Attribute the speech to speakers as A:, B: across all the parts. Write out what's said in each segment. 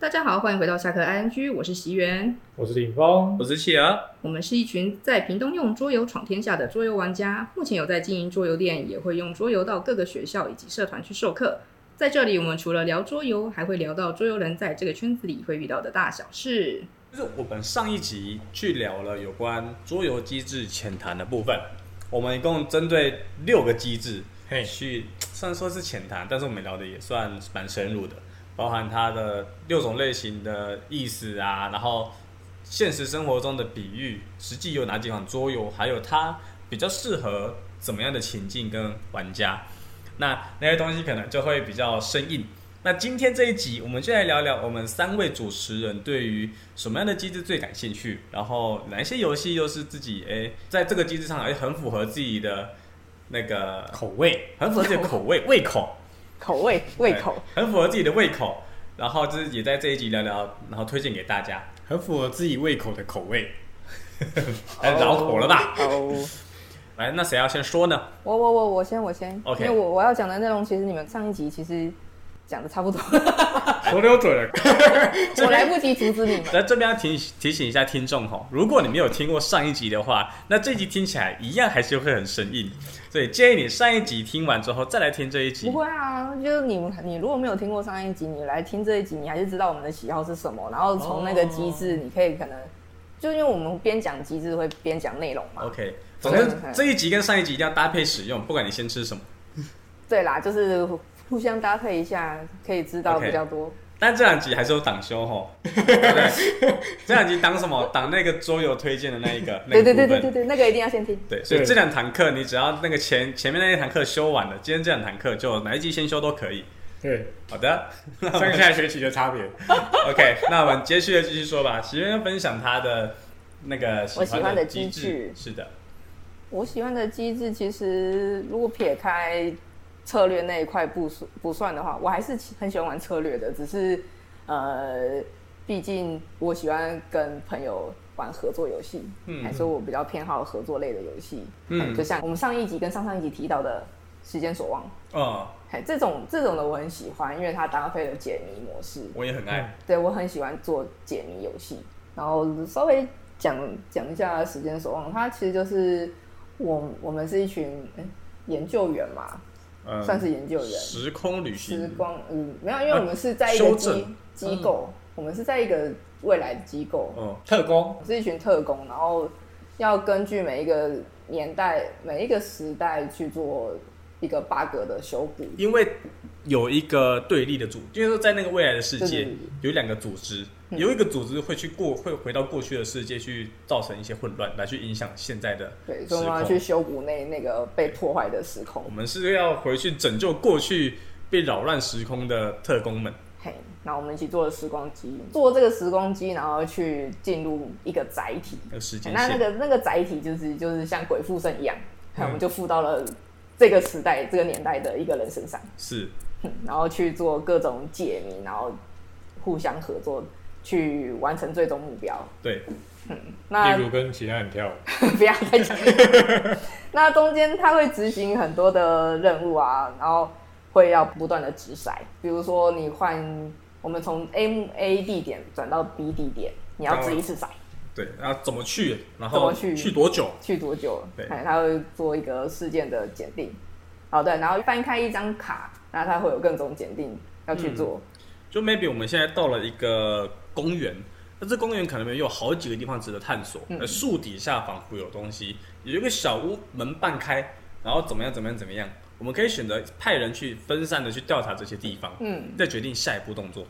A: 大家好，欢迎回到下课 ING，我是席源。
B: 我是顶峰，
C: 我是企鹅，
A: 我们是一群在屏东用桌游闯天下的桌游玩家，目前有在经营桌游店，也会用桌游到各个学校以及社团去授课。在这里，我们除了聊桌游，还会聊到桌游人在这个圈子里会遇到的大小事。
C: 就是我们上一集去聊了有关桌游机制浅谈的部分，我们一共针对六个机制
B: 嘿，
C: 去，虽然说是浅谈，但是我们聊的也算蛮深入的，包含它的六种类型的意思啊，然后现实生活中的比喻，实际有哪几款桌游，还有它比较适合怎么样的情境跟玩家，那那些东西可能就会比较生硬。那今天这一集，我们就来聊聊我们三位主持人对于什么样的机制最感兴趣，然后哪一些游戏又是自己诶、在这个机制上诶、很符合自己的那个
B: 口味
C: 很符合自己的口 味、胃口、
A: 口味
C: 对，很符合自己的胃口。然后就是也在这一集聊聊，然后推荐给大家。
B: 很符合自己胃口的口味。
C: 哎，绕口了吧？
A: 哦，
C: 来，那谁要先说呢？
A: 我我我我先我先
C: 哎 OK
A: 因为我我要讲的内容，其实你们上一集其实讲的差不多，
B: 说溜嘴了，
A: 我来不及阻止你们。
C: 在这边要提提醒一下听众吼，如果你没有听过上一集的话，那这一集听起来一样还是会很生硬，所以建议你上一集听完之后再来听这一集
D: 不。会啊，就是你你如果没有听过上一集，你来听这一集，你还是知道我们的喜好是什么，然后从那个机制，你可以可能、
C: 哦
D: 就因为我们边讲机制会边讲内容嘛。
C: OK，总之
D: 对
C: 这一集跟上一集一定要搭配使用，不管你先吃什么。
D: 对啦，就是互相搭配一下，可以知道
C: OK
D: 比较多。
C: 但这两集还是有挡 修吼，对，这两集挡什么？挡那个桌游推荐的那一 个，那
D: 对对
C: 个
D: 对
C: 部分
D: 对对对，那个一定要先听。
C: 对，所以
B: 对
C: 这两堂课你只要那个前前面那一堂课修完了，今天这两堂课就哪一集先修都可以。
B: 对，
C: 好的
B: 上下学期的差别。
C: ，OK，那我们接续的继续说吧。喜欢分享他的那个喜
D: 我喜欢
C: 的
D: 的
C: 机
D: 机
C: 制
D: 制，
C: 是的，
D: 我喜欢的机制，其实如果撇开策略那一块不说不算的话，我还是很喜欢玩策略的。只是呃，毕竟我喜欢跟朋友玩合作游戏，
C: 嗯
D: 还是我比较偏好合作类的游戏。
C: 嗯
D: 就像我们上一集跟上上一集提到的《时间所望》，
C: 嗯，
D: 哎，这种这种的我很喜欢，因为它搭配了解谜模式。
C: 我也很爱。
D: 对我很喜欢做解谜游戏。然后稍微讲讲一下《时间守望》，它其实就是我我们是一群、诶研究员嘛，
C: 嗯，
D: 算是研究员。
C: 时空旅行，
D: 时光，嗯，没有，因为我们是在一
C: 啊
D: 个
C: 修
D: 机
C: 正
D: 机构，我们是在一个未来的机构，
C: 嗯，
B: 特工，
D: 是一群特工，然后要根据每一个年代、每一个时代去做一个 bug 的修补。
C: 因为有一个对立的组，就是说在那个未来的世
D: 对对
C: 界
D: 对嗯
C: 有两个组织，有一个组织会去过，会回到过去的世界去造成一些混乱，来去影响现在的
D: 对，
C: 时
D: 所以我们要去
C: 空。
D: 修补那那个被破坏的时空
C: 我。们是要回去拯救过去被扰乱时空的特工们。
D: 嘿，然后我们一起做了时光机，做这个时光机，然后去进入一个载体。
C: 那个时间
D: 那那
C: 线，
D: 个那个载体就是就是像鬼附身一样，
B: 嗯
D: 嘿我们就附到了这个时代、这个年代的一个人身上，
C: 是
D: 哼然后去做各种解谜，然后互相合作去完成最终目标。
C: 对，啊
D: 那
B: 例如跟其他人跳舞，
D: 不要再讲。那中间他会执行很多的任务啊，然后会要不断的掷骰，比如说你换我们从 A A 地点转到 B 地点，你要掷一次骰，
C: 对，然后怎么去，然
D: 怎
C: 后
D: 么去
C: 多久？
D: 去多久
C: 对？
D: 哎，他会做一个事件的检定。好的，然后翻开一张卡，然后他会有各种检定要去做。
C: 就 maybe 我们现在到了一个公园，那这公园可能有好几个地方值得探索。
D: 嗯
C: 呃，树底下仿佛有东西，有一个小屋门半开，然后怎么样怎么样怎么样，我们可以选择派人去分散的去调查这些地方，
D: 嗯，
C: 再决定下一步动作。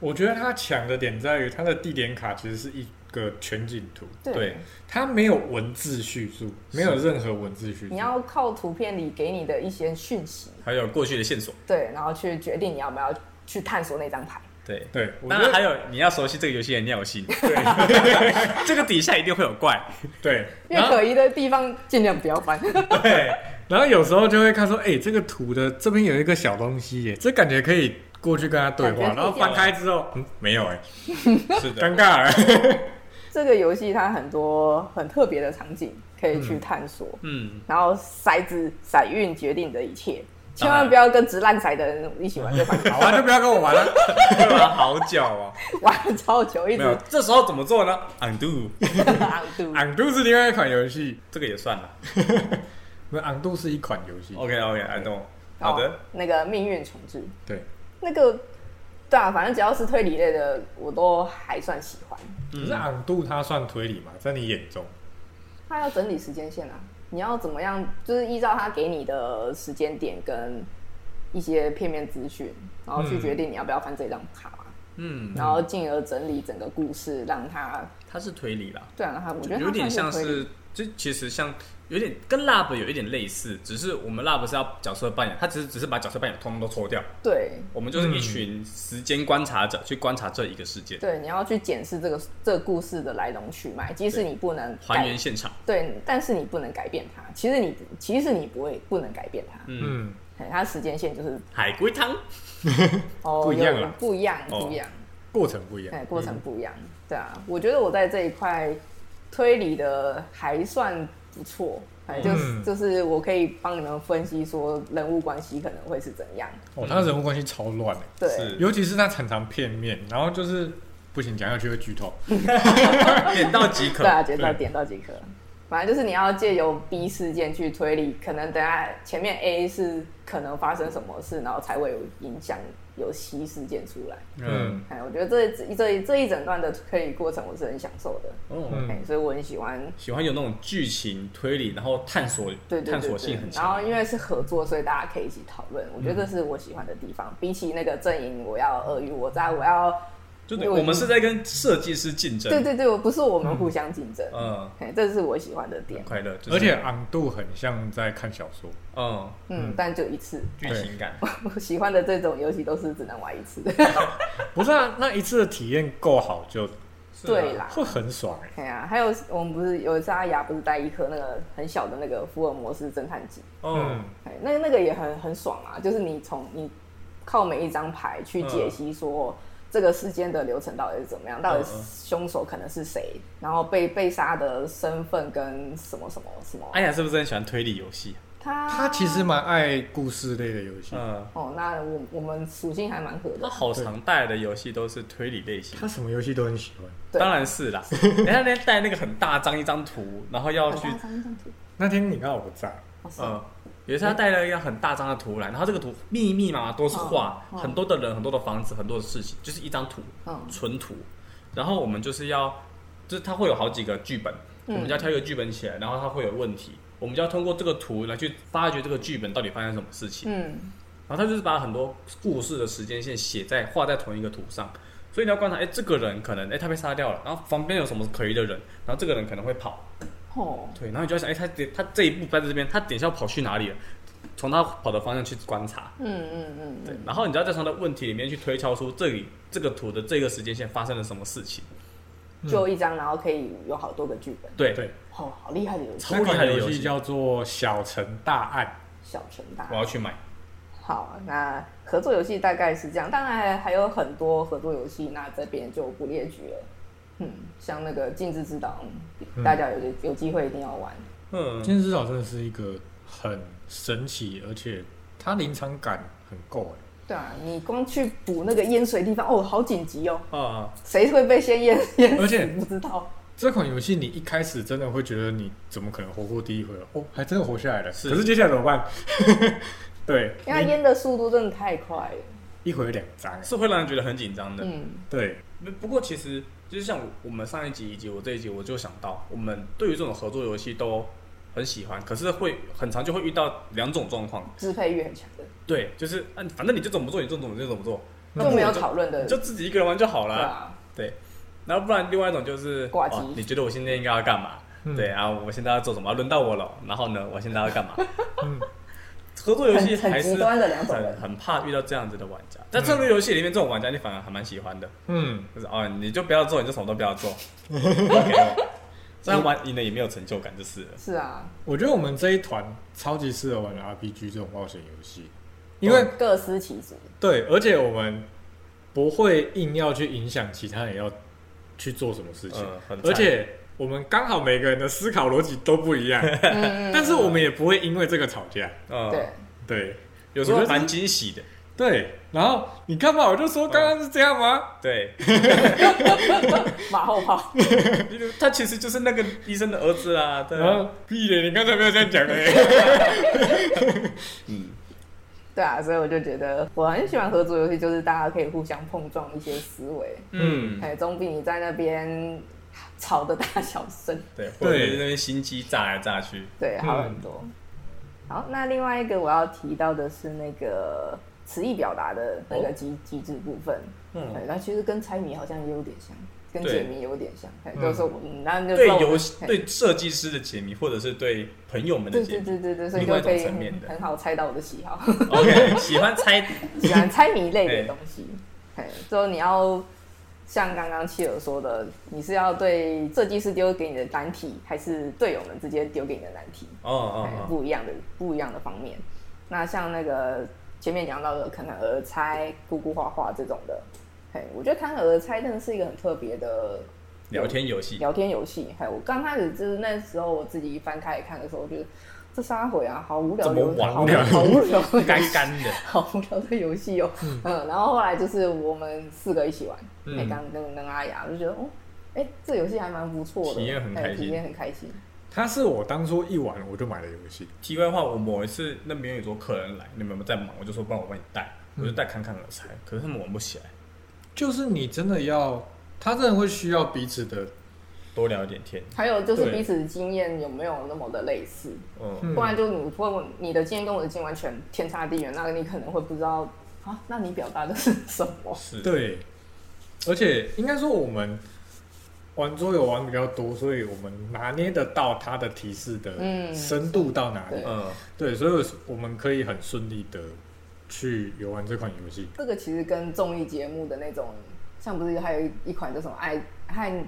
B: 我觉得它强的点在于它的地点卡其实是一个全景图，
D: 对。
C: 对
B: 它没有文字叙述，没有任何文字叙述
D: 你。要靠图片里给你的一些讯息，
C: 还有过去的线索，
D: 对，然后去决定你要不要去探索那张牌。
C: 对。
B: 对，我觉
C: 当然
B: 得
C: 还有你要熟悉这个游戏的尿性，
B: 对
C: 这个底下一定会有怪。
B: 对，
D: 越
B: 然后
D: 可疑的地方尽量不要翻。
B: 对，然后有时候就会看说，哎、这个图的这边有一个小东西耶，这感觉可以过去跟他对
D: 感
B: 话，
D: 觉可以
B: 然后翻开之后，嗯，没有哎、
C: 是的，
B: 尴尬了。
D: 这个游戏它很多很特别的场景可以去探索，
C: 嗯，
D: 然后骰子骰运决定的一切。千万不要跟值烂彩的人一起玩这 款，
B: 好啊
C: 啊
B: 玩就不要跟我玩 了。
C: 会玩好久啊。
D: 玩了超久，一直
C: 没
D: 啊
C: 有，这时候怎么做呢？Undo，
D: 昂度。
B: Undo 是另外一款游戏，
C: 这个也算了。
B: 不是 Undo 是一款游戏。
C: OK OK，I know。好
D: 哦
C: 的，，
D: 那个命运重置，
B: 对，
D: 那个对啊，反正只要是推理类的，我都还算喜欢。
B: 可是 Undo 它算推理嘛，在你眼中，
D: 他要整理时间线啊，你要怎么样？就是依照他给你的时间点跟一些片面资讯，然后去决定你要不要翻这张卡啊嘛，
C: 嗯，
D: 然后进而整理整个故事，让他
C: 它是推理啦，
D: 对啊，让他我觉得它
C: 有点像
D: 算推理
C: 是，就其实像有点跟 Lab 有一点类似，只是我们 Lab 是要角色扮演，他只是只是把角色扮演通通都抽掉，
D: 对
C: 我们
B: 嗯
C: 就是一群时间观察者去观察这一个世界，
D: 对，你要去检视这个这个故事的来龙去脉，即使你不能改
C: 还原现场。
D: 对，但是你不能改变它。其实你其实你不会不能改变它，
C: 嗯，
B: 嗯，
D: 嘿它时间线就是
C: 海龟汤，
D: 哦
B: 不一样
D: 有
B: 啦
D: 不一样，
C: 哦嗯
D: 不一样。
B: 过程不一样。
D: 哎，过程不一样。对啊，我觉得我在这一块推理的还算不错，哎，就是、
B: 嗯
D: 就是我可以帮你们分析说人物关系可能会是怎样。
B: 哦，他人物关系超乱的，
D: 对，
C: 是
B: 尤其是他常常片面，然后就是不行，讲下去会剧透。
C: 点到即可
D: 对。啊，点到
B: 对
D: 点到即可。反正就是你要借由 B 事件去推理，可能等下前面 A 是可能发生什么事，然后才会有影响有 C 事件出来。
B: 嗯
C: 嗯，
D: 哎，我觉得这这这一整段的推理过程我是很享受的，
C: 哦，
B: 嗯
D: 哎，所以我很喜欢
C: 喜欢有那种剧情推理，然后探索，
D: 对对对
C: 探索
D: 对
C: 性很
D: 然后
C: 强。嗯
D: 因为是合作，所以大家可以一起讨论。我觉得这是我喜欢的地方。比起那个阵营，我要尔虞我诈，我要
C: 就
D: 因
C: 对，
D: 为我
C: 我们是在跟设计师竞争。
D: 对对对，我不是我们互相竞争。
C: 嗯，
D: 嘿这是我喜欢的点嗯
C: 很。快乐，就是
B: 而且 Undo 很像在看小说，
C: 嗯，
D: 嗯，但就一次，
C: 剧情感。
D: 我 喜欢的这种游戏都是只能玩一次。
B: 不是啊？那一次的体验够好就
C: 是啊
D: 对啦，
B: 会很爽哎。
D: 哎呀、还有我们不是有一次阿雅不是带一颗那个很小的那个福尔摩斯侦探机，
C: 嗯
B: 嗯，
D: 哎，那那个也很很爽啊，就是你从你靠每一张牌去解析说这个事件的流程到底是怎么样，
B: 嗯
D: 到底凶手可能是谁，然后被被杀的身份跟什么什么什么。
C: 安雅是不是很喜欢推理游戏？
D: 他
B: 他其实蛮爱故事类的游戏，
C: 嗯，
D: 哦，那我我们属性还蛮合
C: 他
D: 的，
C: 好常带来的游戏都是推理类型。
B: 他什么游戏都很喜欢。
D: 对
C: 当然是啦，人家那天带那个很大张一张图，然后要
D: 很
C: 去
D: 大张一张图，
B: 那天你刚好不在，
D: 哦是
C: 嗯，有一次他带了一个很大张的图来，然后这个图密密麻麻都是画，
D: 嗯嗯
C: 很多的人、很多的房子、很多的事情，就是一张图，
D: 嗯
C: 纯图。然后我们就是要，就是它会有好几个剧本，我们就要挑一个剧本起来，然后它会有问题，我们就要通过这个图来去发掘这个剧本到底发生什么事情。
D: 嗯，
C: 然后他就是把很多故事的时间线写在画在同一个图上，所以你要观察，哎，这个人可能，哎，他被杀掉了，然后旁边有什么可疑的人，然后这个人可能会跑，
D: 哦，
C: 对，然后你就要想，哎，他这他这一步搬在这边，他等一下跑去哪里了？从他跑的方向去观察，
D: 嗯嗯嗯嗯，
C: 对，然后你就要在他的问题里面去推敲出这里这个图的这个时间线发生了什么事情，
B: 嗯
D: 就一张，然后可以有好多个剧本，
C: 对，
B: 对，
D: 哦，好厉害的游戏，
C: 超厉害
B: 那
C: 的
B: 款
C: 游戏
B: 戏嗯叫做《小城大案
D: 小成大
C: 我要去买，
D: 好，那合作游戏大概是这样，当然还还有很多合作游戏，那这边就不列举了。嗯，像那个《禁止之岛》嗯，大家有有机会一定要玩。
C: 嗯》。，
B: 今天至少真的是一个很神奇，而且它临场感很够哎。
D: 对啊，你光去补那个淹水地方，哦，好紧急哦，
C: 啊，
D: 谁会被先淹淹
B: 而
D: 死
B: 且
D: 不知道。
B: 这款游戏你一开始真的会觉得你怎么可能活过第一回合？哦，还真的活下来了。
C: 是
B: 可是接下来怎么 办？对，
D: 因为它淹的速度真的太快了。
B: 你一回合两张哎。
C: 是会让人觉得很紧张的，
D: 嗯，
B: 对，
C: 不不过其实就是像我我们上一集以及我这一集，我就想到，我们对于这种合作游戏都很喜欢，可是会很常就会遇到两种状况，
D: 支配欲很强的，
C: 对，就是嗯、反正你就怎么做，你就怎么做，你就怎么做，
D: 就没有讨论的。
C: 你就自己一个人玩就好
D: 对
C: 了，
D: 啊，
C: 对。然后不然另外一种就是
D: 挂机
C: 哦你觉得我现在应该要干嘛？
B: 嗯
C: 对啊，我现在要做什么？轮到我了，然后呢，我现在要干嘛？
B: 嗯，
C: 合作游戏
D: 很
C: 还
D: 很
C: 是
D: 极端的两种人
C: 很。很怕遇到这样子的玩家，在策略游戏里面，这种玩家你反而还蛮喜欢的。
B: 嗯，
C: 就是哦，你就不要做，你就什么都不要做。OK，虽哦然玩赢了也没有成就感，就是了。
D: 是啊，
B: 我觉得我们这一团超级适合玩 RPG 这种冒险游戏，因为
D: 各司其 职。
B: 对，而且我们不会硬要去影响其他人要去做什么事情，
C: 嗯很
B: 而且我们刚好每个人的思 考逻辑都不一样，
D: 嗯，嗯
B: 但是我们也不会因为这个吵架。
C: 嗯，
D: 对，
B: 对，
C: 有时候
B: 我觉得
C: 蛮惊喜的。
B: 对，然后你干嘛？我就说刚刚是这样吗？
C: 对，
D: 马后炮，
C: 他其实就是那个医生的儿子啦。对
B: 然
C: 啊，
B: 后屁嘞，你刚才没有这样讲的欸。
D: 对啊，所以我就觉得我很喜欢合作游戏，就是大家可以互相碰撞一些思维，
C: 嗯，
D: 哎，总比你在那边吵的大小 声，
C: 对，或者是那边心机炸来炸去。
D: 对，好
C: 嗯
D: 很多。好，那另外一个我要提到的是那个词义表达的那个机机制部分，
C: 哦嗯
D: 对，那其实跟猜谜好像也有点像，跟
C: 对嗯
D: 解谜有点像，哎，都是我们，那就
C: 对
D: 知道我
C: 游
D: 们
C: 戏、
D: 哎
C: 对设计师的解谜，或者是对朋友们的
D: 对
C: 解
D: 对
C: 谜。
D: 对对对，所以
C: 另
D: 就
C: 外一
D: 可
C: 种
D: 以
C: 层面
D: 很
C: 的
D: 很好猜到我的喜好，
C: OK，喜欢猜，
D: 喜欢猜谜 类的东西。哎，之后你要像刚刚契尔说的，你是要对设计师丢给你的难题，还是队友们直接丢给你的难题？
C: 哦哦
D: 哎
C: 哦，
D: 不一样的不一样的方面。那像那个前面讲到的，可能儿猜、姑姑画画这种的，嘿，我觉得看儿猜真的是一个很特别的
C: 聊天游戏，
D: 聊天游戏。嘿，我刚开始就是那时候我自己翻开来看的时候，我觉得这啥鬼啊，好无聊
C: 怎
D: 的
C: 么
D: 游戏，
C: 玩
D: 好
C: 的
D: 好无聊，
C: 干干的，
D: 好无聊的游戏哦。嗯，然后后来就是我们四个一起玩，
C: 嗯
D: 哎、刚跟跟阿雅就觉得哦。哎、这游戏还蛮不错的，
C: 体验很
D: 哎
C: 开心
D: 体验很开心。
B: 他是我当初一玩我就买的游戏，
C: 题外话，我某一次那边有桌客人来，你们有没有在忙？我就说帮我帮你带，我就带看看耳塞，可是他们玩不起来，
B: 就是你真的要，他真的会需要彼此的，
C: 多聊一点天。
D: 还有就是
B: 对
D: 彼此的经验有没有那么的类似？
C: 嗯，
B: 嗯
D: 不然就你问我你的经验跟我的经验完全天差地远，那你可能会不知道啊，那你表达的是什么？
C: 是，
B: 对，而且应该说我们玩桌游玩比较多，所以我们拿捏得到他的提示的
D: 嗯
B: 深度到哪里。
D: 对
C: 嗯，
B: 对，所以我们可以很顺利的去游玩这款游戏。
D: 这个其实跟综艺节目的那种，像不是还有一一款叫什么爱爱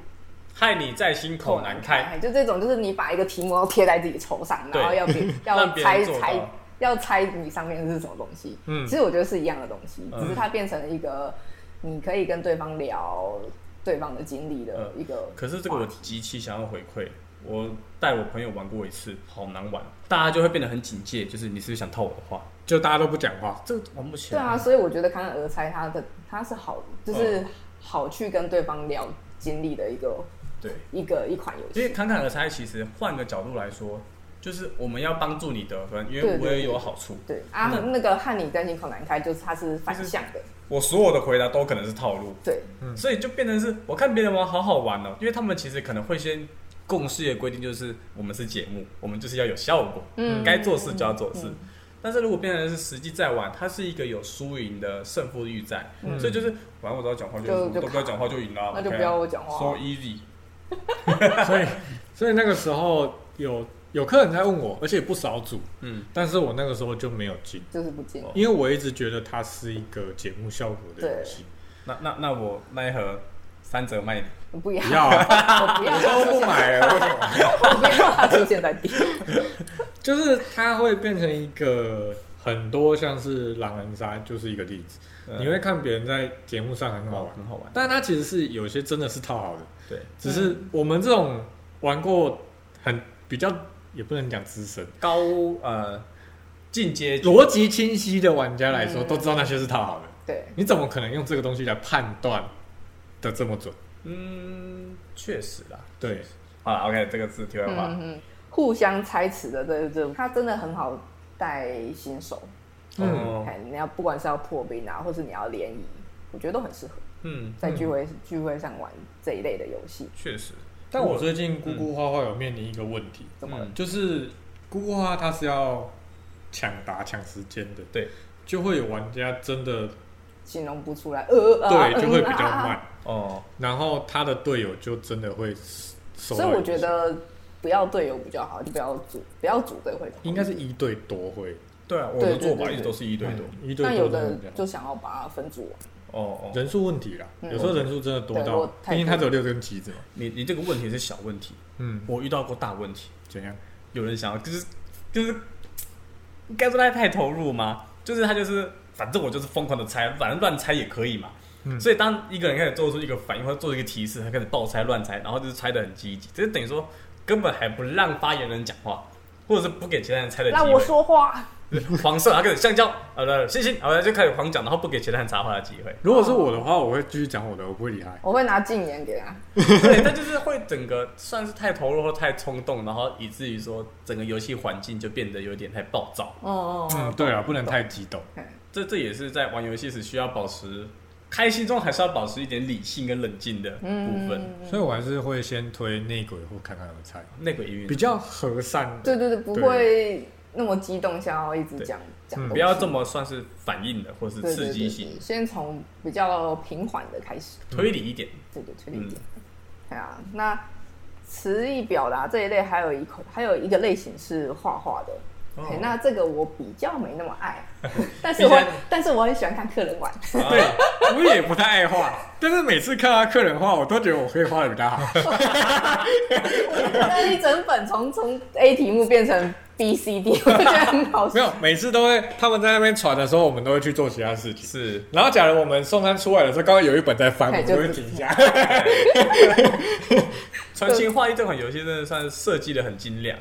C: 害你在心口难开，，
D: 哎就这种就是你把一个题目要贴在自己头上，
C: 对
D: 然后要别 要
C: 让别人
D: 猜
C: 做到
D: 猜要猜你上面是什么东西。
B: 嗯
D: 其实我觉得是一样的东西，
C: 嗯
D: 只是它变成了一个你可以跟对方聊对方的经历的一个话题。
C: 嗯可是这个我极其想要回馈。我带我朋友玩过一次，好难玩，大家就会变得很警戒，就是你是不是想套我的话？
B: 就大家都不讲话，
C: 这个玩不起
D: 对
C: 来。
D: 啊，所以我觉得侃侃而猜，他的他是好，
C: 嗯
D: 就是好去跟对方聊经历的一个
C: 对，
D: 一个一款游
C: 因为
D: 戏。
C: 侃侃而猜，其实换个角度来说，就是我们要帮助你得分，因为
D: 对对
C: 我也
D: 对
C: 有好处。
D: 对啊，
C: 那
D: 那个和你在心口难开，就是它是反向的，
C: 我所有的回答都可能是套路，
D: 对
B: 嗯
C: 所以就变成是我看别人玩好好玩哦，因为他们其实可能会先共识的规定就是我们是节目，我们就是要有效果，
D: 嗯
C: 该做事就要做事。
D: 嗯
C: 但是如果变成是实际在玩，它是一个有输赢的胜负欲在，
B: 嗯
C: 所以就是玩我只要讲话就
D: 就
C: 赢
D: 就
C: 都不要讲话就赢了，
D: 那就
C: OK 啊
D: 不要我讲话
C: So easy，
B: 所以所以那个时候有有客人在问我，而且不少组，
C: 嗯，
B: 但是我那个时候就没有进，
D: 就是不
C: 哦
D: 进。
B: 因为我一直觉得它是一个节目效果的游戏，
C: 那那那我那一盒三折卖你，
D: 不要，
B: 不要
D: 我
B: 啊，
D: 不要，
B: 都不买了，为什么？
D: 我不要它出现在第一。
B: 就是它会变成一个很多像是狼人杀就是一个例子，
C: 嗯
B: 你会看别人在节目上很好玩，
C: 很好玩，
B: 但它其实是有些真的是套好的，
C: 对，
B: 只是我们这种玩过很比较也不能讲资深，
C: 高呃进阶
B: 逻辑清晰的玩家来说，
D: 嗯
B: 都知道那些是套好的。
D: 对，
B: 你怎么可能用这个东西来判断的这么准？
C: 嗯，确实啦。
B: 对，
C: 好了，OK，这个是题外话。
D: 嗯嗯，互相猜词的，对对对，它真的很好带新手。
B: 嗯，
C: 哦，
D: 哎，你要不管是要破冰啊，或是你要联谊，我觉得都很适合
C: 嗯，
D: 在聚会聚会上玩这一类的游戏。
C: 确实。
B: 但我最近咕咕画画有面临一个问题，
D: 怎么了？
B: 就是咕咕画画它是要抢答抢时间的，
C: 对，
B: 就会有玩家真的
D: 形容不出来，呃，呃
B: 对就会比较。
D: 啊啊
B: 慢，
C: 哦，
B: 然后他的队友就真的会受
D: 所
B: 到
D: 以我
B: 影
D: 觉
B: 响
D: 得不要队友比较好，就不要组，不要组队会比较好
B: 应该是。一对多会，嗯
C: 对啊，我
D: 对
C: 的做
D: 对
C: 法
D: 对嗯
C: 一直都是一对多。
B: 一对
D: 但
B: 多
D: 有
B: 真
D: 的
B: 会比较好
D: 就想要把它分组，
C: 哦哦，
B: 人数问题啦，
D: 嗯
B: 有时候人数真的多
D: 对
B: 到
D: 我，太
B: 毕竟他只有六根旗子嘛。
C: 你你这个问题是小问题，
B: 嗯，
C: 我遇到过大问题。
B: 怎样？
C: 有人想要，就是就是，应该说他太投入吗？就是他就是，反正我就是疯狂的猜，反正乱猜也可以嘛。
B: 嗯
C: 所以当一个人开始做出一个反应或者做出一个提示，他开始爆猜乱猜，然后就是猜的很积极，这就等于说根本还不让发言人讲话，或者是不给其他人猜的机
D: 让我
C: 会。
D: 说话，
C: 黄色，他跟香蕉，好了，星星，好了，就开始狂讲，然后不给其他人插话的机会。
B: 如果是我的话，我会继续讲我的，我不会离
C: 哦
B: 开。
D: 我会拿禁言给他。
C: 对，但就是会整个算是太投入或太冲动，然后以至于说整个游戏环境就变得有点太暴躁。
D: 哦哦
B: 嗯，
D: 哦，
B: 对啊，不能太激动。
C: 这这也是在玩游戏时需要保持开心中，还是要保持一点理性跟冷静的部
D: 嗯，
C: 分。
B: 所以我还是会先推内鬼或看看我菜，
C: 内鬼疑
B: 比
C: 云，
B: 较和善的。
D: 对对对，不会那么激动，想要一直讲讲东
B: 嗯
D: 西。
C: 不要这么算是反应的，或是
D: 对
C: 刺激，
D: 对对
C: 性
D: 对，先从比较平缓的开始，
C: 推理一点。
D: 对对，推理一点。
C: 嗯
D: 对啊，那词义表达这一类还有一口，还有一个类型是画画的。
C: 哦
D: 嘿那这个我比较没那么爱， 但是我但是我很喜欢看客人 玩。
C: 啊
B: 对， 我也不太爱画，但是每次看到客人画，我都觉得我可以画的比他 好。
D: 那一整本从从 A 题目变成 B、C、D，我觉得很好
B: 没
D: 笑。
B: 有，每次都会他们在那边传的时候，我们都会去做其他事情。
C: 是，
B: 然后，假如我们送餐出来的时候，刚刚有一本在翻，我
D: 哎
B: 们
D: 就
B: 就是会停一下。
C: 穿心画意这款游戏真的算是设计的很精良。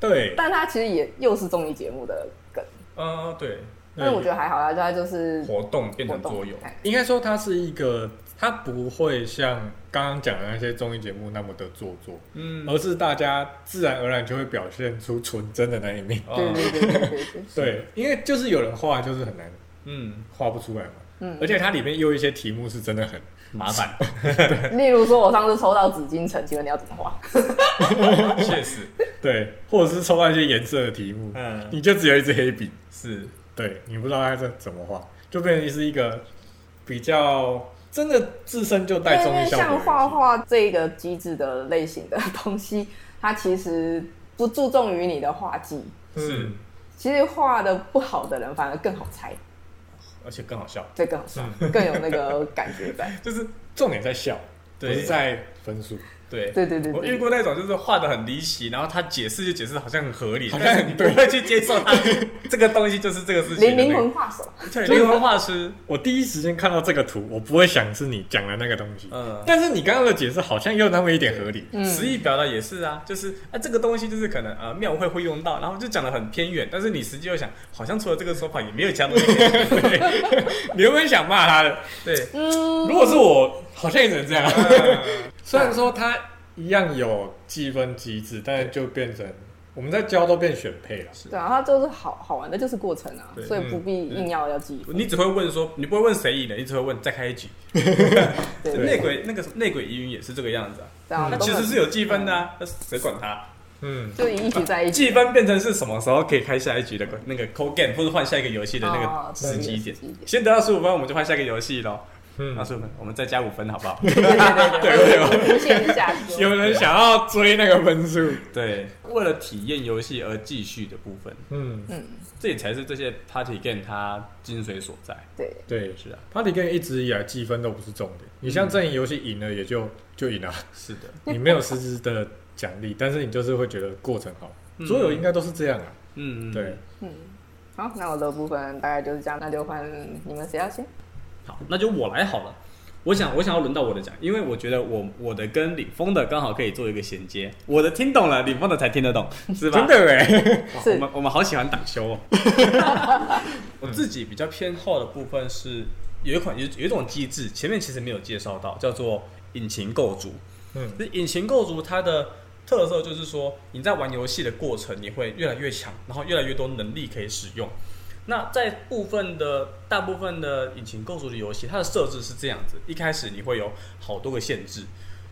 B: 对，
D: 但它其实也又是综艺节目的梗，
C: 呃，对，
D: 但是我觉得还好啦，它就是
C: 活动变
D: 活
C: 成
D: 动
C: 桌游，
D: 哎
B: 应该说它是一个，它不会像刚刚讲的那些综艺节目那么的做作，
C: 嗯，
B: 而是大家自然而然就会表现出纯真的那一面。
D: 对
C: 哦
D: 对对对对对，
B: 对，因为就是有人画就是很难
C: 嗯，
B: 画不出来嘛，
D: 嗯
B: 而且它里面又有一些题目是真的很，
C: 麻烦，
D: 例如说，我上次抽到紫禁城，请问你要怎么画？
C: 确实，
B: 对，或者是抽到一些颜色的题目，
C: 嗯，
B: 你就只有一支黑笔，
C: 是，
B: 对你不知道它是怎么画，就变成是一个比较真的自身就带
D: 因
B: 综
D: 为
B: 艺效果的游
D: 像
B: 戏。
D: 画画这个机制的类型的东西，它其实不注重于你的画技，
C: 是
B: 嗯，
D: 其实画的不好的人反而更好猜，
C: 而且更好笑，
D: 这更好笑，
C: 嗯
D: 更有那个感觉 在。
B: 就是重点在笑，不
C: 对
B: 是在分数。
C: 对。
D: 对对对
C: 我
D: 对
C: 遇
D: 对，
C: 过那种就是画的很离奇，然后他解释就解释得好像很合理，
B: 好像
C: 但是
B: 很
C: 你
B: 对
C: 不会去接受他这个东西就是这个事情的那
D: 灵
C: 个。
D: 灵魂画手，
C: 对灵魂画师，
B: 我第一时间看到这个图，我不会想是你讲的那个东西，
C: 嗯，
B: 但是你刚刚的解释好像也有那么一点合理。
D: 嗯，
C: 词义表达也是啊，就是啊这个东西就是可能呃庙会会用到，然后就讲的很偏远，但是你实际又想，好像除了这个说法也没有其他东西可以。
B: 你原本想骂他的，
C: 对，
B: 如果是我，好像也只能这样。
C: 嗯
B: 虽然说它一样有积分机制，但是就变成我们在教都变选配了。
D: 对啊，它就是好好玩的，就是过程啊，
C: 对嗯
D: 所以不必硬要要记。
C: 你只会问说，你不会问谁赢了，你只会问再开一局。
D: 对对
C: 内鬼那个什么内鬼疑云也是这个样子啊，
D: 对啊，
C: 那
D: 都
C: 其
D: 很
C: 实是有积分的啊，那谁管他？
B: 嗯，
D: 就一局在一起
C: 积分变成是什么时候可以开下一局的那个 call game，或者换下一个游戏的那
D: 哦
C: 个
D: 对
C: 时机点
D: 时机点。
C: 先得到十五分，我们就换下一个游戏喽。
B: 嗯
C: 那十五分，我们再加五分，好 不好？
D: 对对 对对，无限下去。
B: 有人想要追那个分数，
C: 对，为了体验游戏而继续的部分，
B: 嗯，
D: 嗯，
C: 这也才是这些 party game 它精髓所在。
D: 对，
B: 对。
C: 是啊，
B: Party Game 一直以来积分都不是重点，你像阵营游戏赢了也就就赢了，啊
C: 是的，
B: 你没有实质的奖励，但是你就是会觉得过程好。
C: 嗯
B: 所有应该都是这样啊，
C: 嗯，
B: 对。
D: 嗯，好，那我的部分大概就是这样，那就换你们谁要先？
C: 好，那就我来好了。我想，我想要轮到我的讲，因为我觉得我我的跟李峰的刚好可以做一个衔接。我的听懂了，李峰的才听得懂，是吧？
B: 真的哎，
C: 哇
D: 是
C: 我们我们好喜欢党修哦。我自己比较偏好的部分是有一款有有一种机制，前面其实没有介绍到，叫做引擎构筑。
B: 嗯
C: 就是引擎构筑它的特色就是说，你在玩游戏的过程，你会越来越强，然后越来越多能力可以使用。那在部分的大部分的引擎构筑的游戏，它的设置是这样子：一开始你会有好多个限制，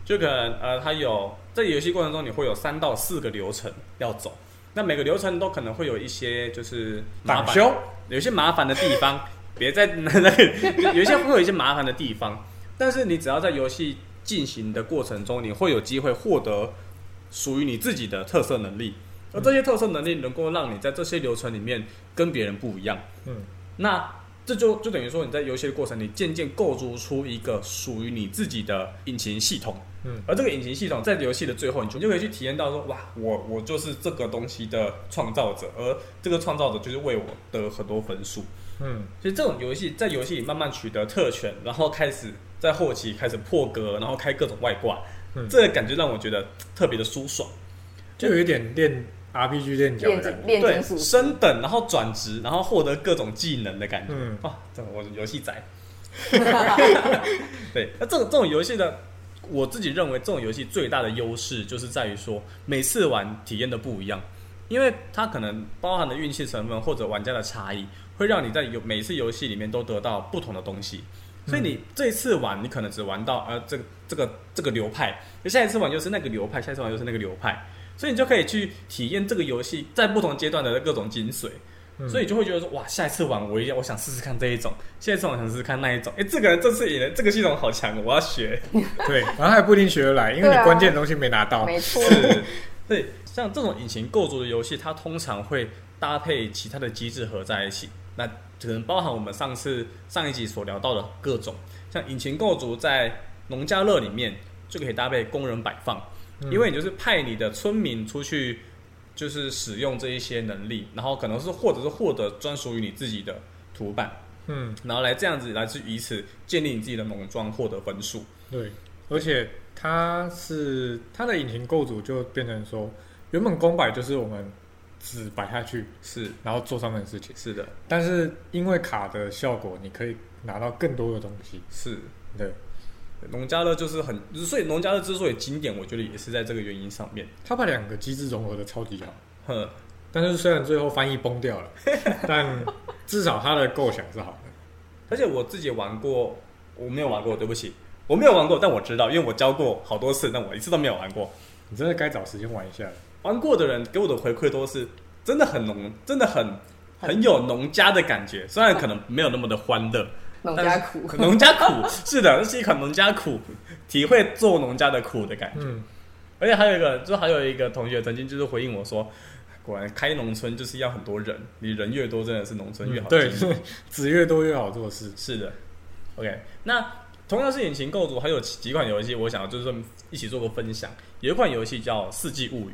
C: 就可能呃，它有在游戏过程中你会有三到四个流程要走，那每个流程都可能会有一些就是麻
B: 党
C: 烦
B: 修，
C: 有一些麻烦的地方，别在那个有一些会有一些麻烦的地方，但是你只要在游戏进行的过程中，你会有机会获得属于你自己的特色能力，而这些特色能力能够让你在这些流程里面跟别人不一样。
B: 嗯，
C: 那这就就等于说你在游戏的过程，你渐渐构筑出一个属于你自己的引擎系统。
B: 嗯
C: 而这个引擎系统在游戏的最后，你就你就可以去体验到说，哇，我我就是这个东西的创造者，而这个创造者就是为我得很多分数。
B: 嗯，
C: 所以这种游戏在游戏里慢慢取得特权，然后开始在后期开始破格，然后开各种外挂，
B: 嗯
C: 这个感觉让我觉得特别的舒爽。
B: 就有一点练 RPG 练脚
D: 练金
B: 的感觉，
D: 练
C: 对
D: 金，属师
C: 升等，然后转职，然后获得各种技能的感觉。
B: 嗯，
C: 哇，这我游戏仔。 对，那这种这种游戏的，我自己认为这种游戏最大的优势就是在于说，每次玩体验的不一样，因为它可能包含的运气成分或者玩家的差异，会让你在游每次游戏里面都得到不同的东西。所以你这一次玩，你可能只玩到呃这个这个这个流派，就下一次玩就是那个流派，下一次玩就是那个流派，所以你就可以去体验这个游戏在不同阶段的各种精髓。
B: 嗯
C: 所以就会觉得说，哇，下一次玩我一定我想试试看这一种，下一次我想试试看那一种。哎、这个人这次也这个系统好强，我要学。
B: 对，然后还不一定学得来，因为
D: 对
B: 你
D: 啊
B: 关键的东西没拿到，
D: 没 错，
C: 是，对，像这种引擎构筑的游戏，它通常会搭配其他的机制合在一起。那可能包含我们上次上一集所聊到的各种，像引擎构筑在农家乐里面就可以搭配工人摆放，
B: 嗯
C: 因为你就是派你的村民出去，就是使用这一些能力，然后可能是或者是获得专属于你自己的图板。
B: 嗯，
C: 然后来这样子来去以此建立你自己的农庄，获得分数。
B: 对，而且它是它的引擎构筑就变成说，原本公摆就是我们纸摆下去，
C: 是
B: 然后做上面的事情，
C: 是的，
B: 但是因为卡的效果，你可以拿到更多的东西，
C: 是
B: 对，
C: 农家乐就是很，所以农家乐之所以经典，我觉得也是在这个原因上面。
B: 它把两个机制融合的超级好。
C: 呵，
B: 但是虽然最后翻译崩掉 了，但至少它的构想是好的。
C: 而且我自己玩过，我没有玩过，对不起，我没有玩过，但我知道，因为我教过好多次，但我一次都没有玩过。
B: 你真的该找时间玩一下了。
C: 玩过的人给我的回馈都是真的很农，真的很很有农家的感觉，虽然可能没有那么的欢乐，
D: 农
C: 但
D: 家
C: 是
D: 苦，
C: 农家苦 是的，这是一款农家苦，体会做农家的苦的感觉。
B: 嗯，
C: 而且还有一个，就还有一个同学曾经就是回应我说，果然开农村就是要很多人，你人越多，真的是农村越好经
B: 嗯对
C: 营。，
B: 纸越多越好做事。
C: 是的。OK，那同样是引擎构筑，还有几款游戏，我想就是说一起做个分享。有一款游戏叫《四季物语》，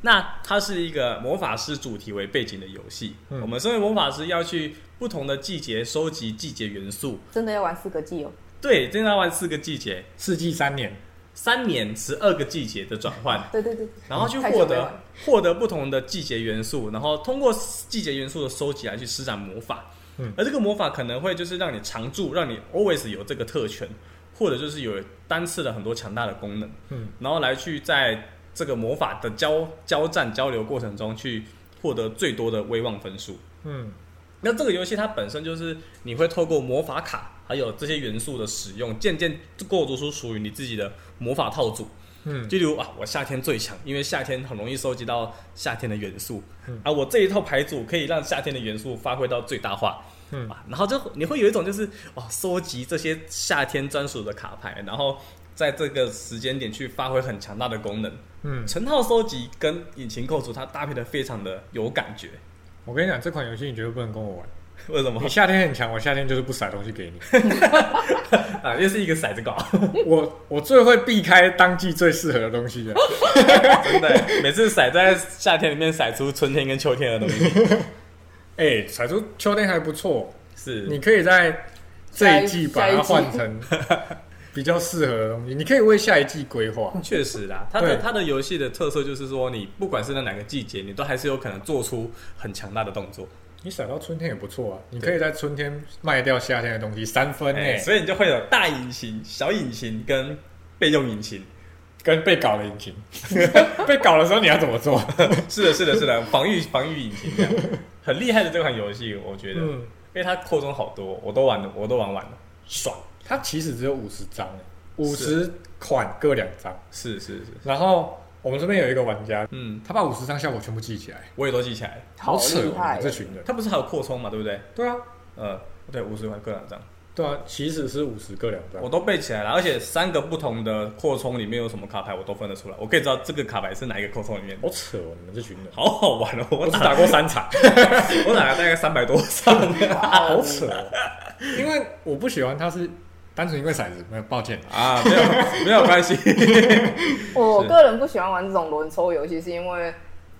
C: 那它是一个魔法师主题为背景的游戏。
B: 嗯
C: 我们身为魔法师，要去不同的季节收集季节元素。
D: 真的要玩四个季哦。
C: 对，真的要玩四个季节，
B: 世纪三年，
C: 三年十二个季节的转换。
D: 对对对，
C: 然后去
D: 太久
C: 获
D: 没玩
C: 得
D: 了
C: 获得不同的季节元素，然后通过季节元素的收集来去施展魔法。
B: 嗯
C: 而这个魔法可能会就是让你常驻，让你 always 有这个特权，或者就是有单次的很多强大的功能，
B: 嗯，
C: 然后来去在这个魔法的交交战交流过程中去获得最多的威望分数。
B: 嗯，
C: 那这个游戏它本身就是你会透过魔法卡，还有这些元素的使用，渐渐构筑出属于你自己的魔法套组。
B: 嗯
C: 就例如啊，我夏天最强，因为夏天很容易收集到夏天的元素、
B: 嗯
C: 啊，我这一套牌组可以让夏天的元素发挥到最大化。
B: 嗯
C: 啊，然后就你会有一种就是哦，收集这些夏天专属的卡牌，然后在这个时间点去发挥很强大的功能。
B: 嗯，
C: 成套收集跟引擎构筑它搭配的非常的有感觉，
B: 我跟你讲，这款游戏你绝对不能跟我玩。
C: 为什么
B: 你夏天很强，我夏天就是不甩东西给你。
C: 啊？又是一个骰 子搞。
B: 我我最会避开当季最适合的东 西的。
C: 真的，每次甩在夏天里面甩出春天跟秋天的东 西，
B: 哎、甩出秋天还不错，你
C: 是
B: 可以在这一季
D: 下
B: 把
D: 一
B: 它换成 比较适合的东西，你可以为下一季规划。
C: 确实啦。它的
B: 对
C: 它的游戏的特色就是说，你不管是在哪个季节，你都还是有可能做出很强大的动作，
B: 你甩到春天也不错啊，你可以在春天卖掉夏天的东西，三分欸呢、
C: 哎，所以你就会有大引擎、小引擎跟备用引 擎。
B: 跟被搞的引擎，被搞的时候你要怎么做？
C: 是的，是的，是的，防御防御引擎这样，很厉害的这款游戏，我觉得，因
B: 嗯，
C: 为它扩充好多，我都玩了，我都玩完了，爽。
B: 它其实只有五十张，欸五十款各两张。
C: 是是是，
B: 然后我们这边有一个玩家，
C: 嗯，
B: 他把五十张效果全部记起来，
C: 我也都记起来了。
D: 好
B: 扯
D: 厉
B: 哦！
D: 害
B: 你这群人。
C: 它不是还有扩充嘛，对不对？
B: 对啊，
C: 呃，对，五十块各两张。
B: 对啊，其实是五十各两张
C: 我。都背起来了，而且三个不同的扩充里面有什么卡牌，我都分得出来。我可以知道这个卡牌是哪一个扩充里面的，
B: 好扯哦，你们这群人。
C: 好好玩哦！我
B: 我只
C: 打
B: 打过三场，
C: 我打了大概三百多张，
B: 好扯哦。 因为我不喜欢他是单纯因为骰子，没有抱歉。
C: 啊，没有没有关系，
D: 我
C: 是
D: 个人不喜欢玩这种轮抽游戏，是因为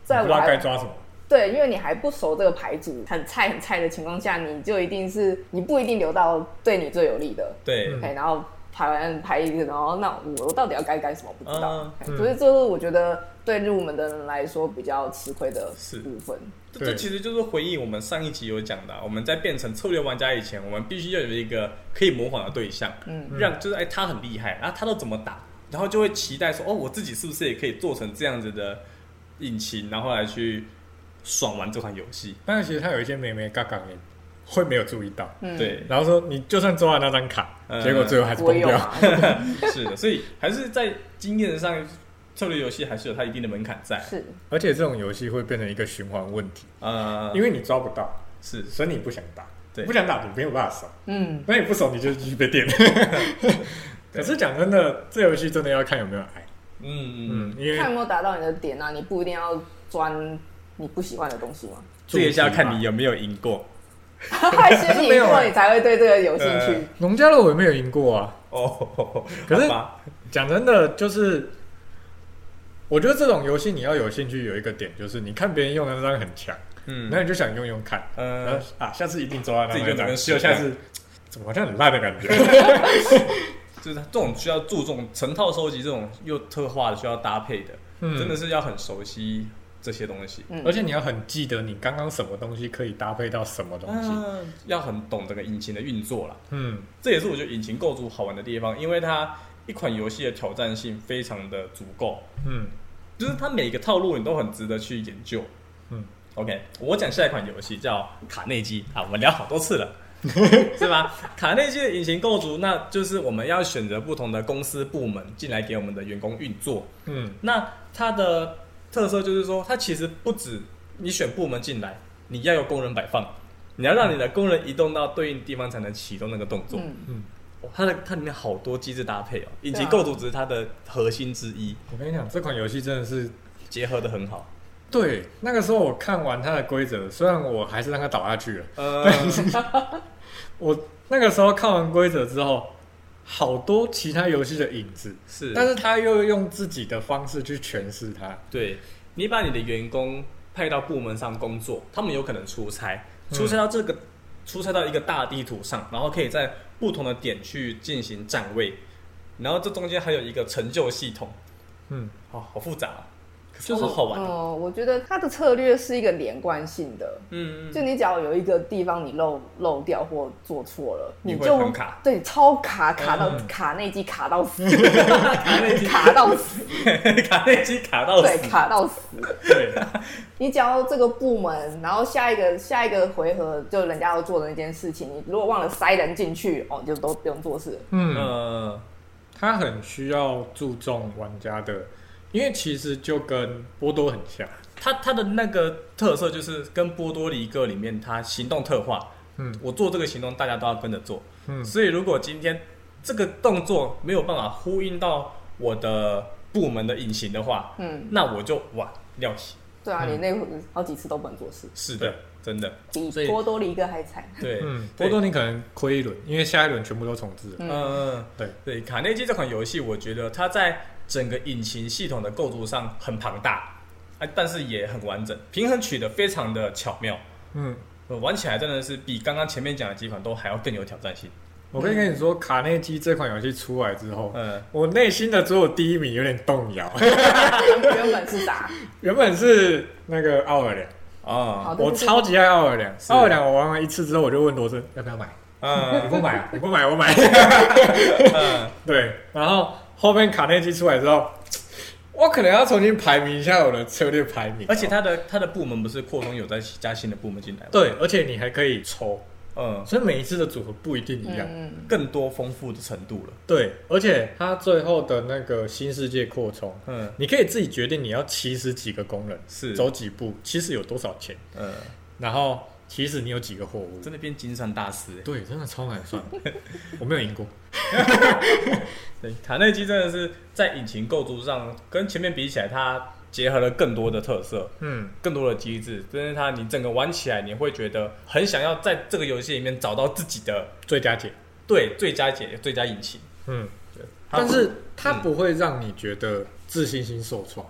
D: 在
B: 不知
D: 我
B: 道
D: 还
B: 该抓什么。
D: 对，因为你还不熟这个牌组，很菜很菜的情况下，你就一定是你不一定留到对你最有利的，
C: 对
B: 嗯
D: 对，然后台湾拍一个，然后那我到底要该干什么不知道
C: 嗯，
D: 哎所以这是我觉得对入门的人来说比较吃亏的
C: 是
D: 部分。
C: 这
B: 对
C: 这其实就是回应我们上一集有讲的啊、我们在变成策略玩家以前，我们必须要有一个可以模仿的对象，
D: 嗯，
C: 让就是哎他很厉害，然后他都怎么打，然后就会期待说哦我自己是不是也可以做成这样子的引擎，然后来去爽玩这款游戏。
B: 但是其实他有一些美眉嘎嘎的，会没有注意到，
D: 嗯，
C: 对，
B: 然后说你就算抓了那张卡，
C: 嗯
B: 结果最后还是
D: 我
B: 崩
D: 有
B: 掉。
D: 啊，
C: 是的，所以还是在经验上，策略游戏还是有它一定的门槛在。
D: 是
B: 而且这种游戏会变成一个循环问题，
C: 呃，
B: 因为你抓不到，
C: 是
B: 所以你不想打，
C: 对
B: 不想打你没有办法守，
D: 嗯，
B: 那你不守你就继续被 电。可是讲真的，这游戏真的要看有没有爱，
C: 嗯嗯，
B: 嗯，因
D: 看有
B: 为
D: 没有达到你的点啊，你不一定要钻你不喜欢的东西嘛，
C: 这一下看你有没有赢过
D: 先
B: 没
D: 赢
B: 有
D: 过
B: 啊
D: 你才会对这个有兴趣。
B: 农家乐我也没有赢过啊。
C: 哦。
B: 可是
C: 好吧
B: 讲真的，就是我觉得这种游戏你要有兴趣，有一个点就是你看别人用的那张很强，
C: 嗯，
B: 那你就想用用看，然
C: 呃
B: 后，啊，下次一定抓到
C: 自己
B: 那
C: 就
B: 张，
C: 能
B: 就
C: 试
B: 下次怎么好像很烂的感觉。
C: 就是它这种需要注重成套收集，这种又特化的需要搭配的，
B: 嗯
C: 真的是要很熟悉这些东西。
D: 嗯
B: 而且你要很记得你刚刚什么东西可以搭配到什么东西。
C: 嗯，要很懂这个引擎的运作啦。
B: 嗯，
C: 这也是我觉得引擎构筑好玩的地方，因为它一款游戏的挑战性非常的足够，
B: 嗯，
C: 就是它每个套路你都很值得去研究。
B: 嗯
C: ，OK，我讲下一款游戏叫卡内基啊，我们聊好多次了，是吧？卡内基的引擎构筑，那就是我们要选择不同的公司部门进来给我们的员工运作。
B: 嗯，
C: 那它的特色就是说，它其实不止你选部门进来，你要有工人摆放，你要让你的工人移动到对应地方才能启动那个动作。
D: 嗯，
C: 哦它的它里面好多机制搭配哦，引
D: 对
C: 擎
D: 啊
C: 构筑只是它的核心之一，
B: 我跟你讲，这款游戏真的是。
C: 结合的很好。
B: 对，那个时候我看完它的规则，虽然我还是让它倒下去了。
C: 呃，
B: 我那个时候看完规则之后，好多其他游戏的影子，
C: 是，
B: 但是他又用自己的方式去诠释它。
C: 对你把你的员工派到部门上工作，他们有可能出差，
B: 嗯
C: 出差到这个，出差到一个大地图上，然后可以在不同的点去进行站位，然后这中间还有一个成就系统，
B: 嗯，
C: 哦，好复杂、啊，可是
B: 就是
C: 好好玩、啊，
D: 哦，我觉得它的策略是一个连贯性的，
C: 嗯，
D: 就你只要有一个地方你漏漏掉或做错了，
C: 你会
D: 就
C: 很卡
D: 对，超卡卡到、
B: 嗯
D: 卡内基卡到死，
C: 卡内基
D: 卡到死，
C: 卡内基卡到
D: 对，
C: 死，
D: 卡到死。
B: 对，
D: 你只要这个部门，然后下一个下一个回合就人家要做的那件事情，你如果忘了塞人进去，哦，你就都不用做事了。
B: 嗯，
C: 呃，
B: 他很需要注重玩家的，因为其实就跟波多很像。
C: 它它的那个特色就是跟波多黎各里面它行动特化，
B: 嗯
C: 我做这个行动大家都要跟着做，
B: 嗯
C: 所以如果今天这个动作没有办法呼应到我的部门的引擎的话，
D: 嗯，
C: 那我就哇尿血。
D: 对啊，
B: 嗯
D: 你那会好几次都不能做事，
C: 是的
B: 对，
C: 真的，
D: 比
C: 所以
D: 波多黎各还惨。
C: 对，
B: 嗯，波
C: 对
B: 多你可能亏一轮，因为下一轮全部都重置了。
D: 嗯
C: 嗯、嗯
B: 对
C: 对，卡内基这款游戏，我觉得它在整个引擎系统的构筑上很庞大，啊，但是也很完整，平衡取得非常的巧妙。
B: 嗯，
C: 呃玩起来真的是比刚刚前面讲的几款都还要更有挑战性。
B: 我可以跟你说，卡内基这款游戏出来之后，
C: 嗯，
B: 我内心的只有第一名有点动摇。
D: 原原本是 啥？
B: 原本是那个奥尔良，
C: 哦，
D: 哦，对
B: 我
D: 对对
B: 超级爱奥尔良。
C: 是
B: 奥尔良我玩完一次之后，我就问罗森要不要买，你
C: 嗯
B: 不买啊，你不买 我买。
C: 嗯，
B: 对，然后后面卡内基出来之后，我可能要重新排名一下我的策略排名。啊
C: 而且它的它的部门不是扩充有在加新的部门进来吗？
B: 对，而且你还可以抽，
C: 嗯，
B: 所以每一次的组合不一定一样。
D: 嗯，
C: 更多丰富的程度了。
B: 对，而且它最后的那个新世界扩充，
C: 嗯，
B: 你可以自己决定你要起始几个工人，
C: 是，
B: 走几步，起始有多少钱，
C: 呃，
B: 然后起始你有几个货物。
C: 真的变金算大师欸。
B: 对，真的超难 算，我没有赢过。
C: 对，卡内基真的是在引擎构筑上跟前面比起来，它结合了更多的特色，
B: 嗯，
C: 更多的机制，真是它你整个玩起来，你会觉得很想要在这个游戏里面找到自己的
B: 最佳解。
C: 对最佳解、最佳引擎。
B: 嗯，
C: 对，
B: 但是它
C: 嗯
B: 不会让你觉得自信心受创。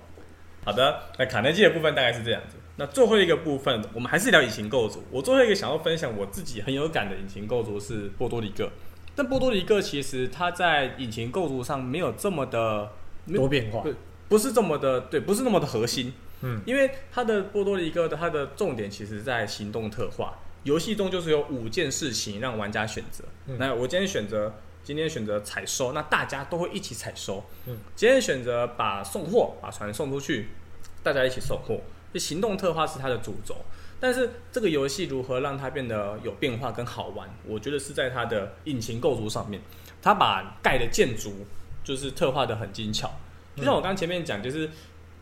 C: 好的，那卡内基的部分大概是这样子。那最后一个部分，我们还是聊引擎构筑。我最后一个想要分享我自己很有感的引擎构筑是波多黎各。但波多黎各其实它在引擎构筑上没有这么的没
B: 多变化
C: 对，不是这么的对，不是那么的核心。
B: 嗯，
C: 因为它的波多黎各的它的重点其实在行动特化，游戏中就是有五件事情让玩家选择。
B: 嗯
C: 那我今天选择今天选择采收，那大家都会一起采收。
B: 嗯，
C: 今天选择把送货把船送出去，大家一起送货。就行动特化是它的主轴，但是这个游戏如何让它变得有变化跟好玩，我觉得是在它的引擎构筑上面，它把盖的建筑就是特化的很精巧。就像我刚前面讲，就是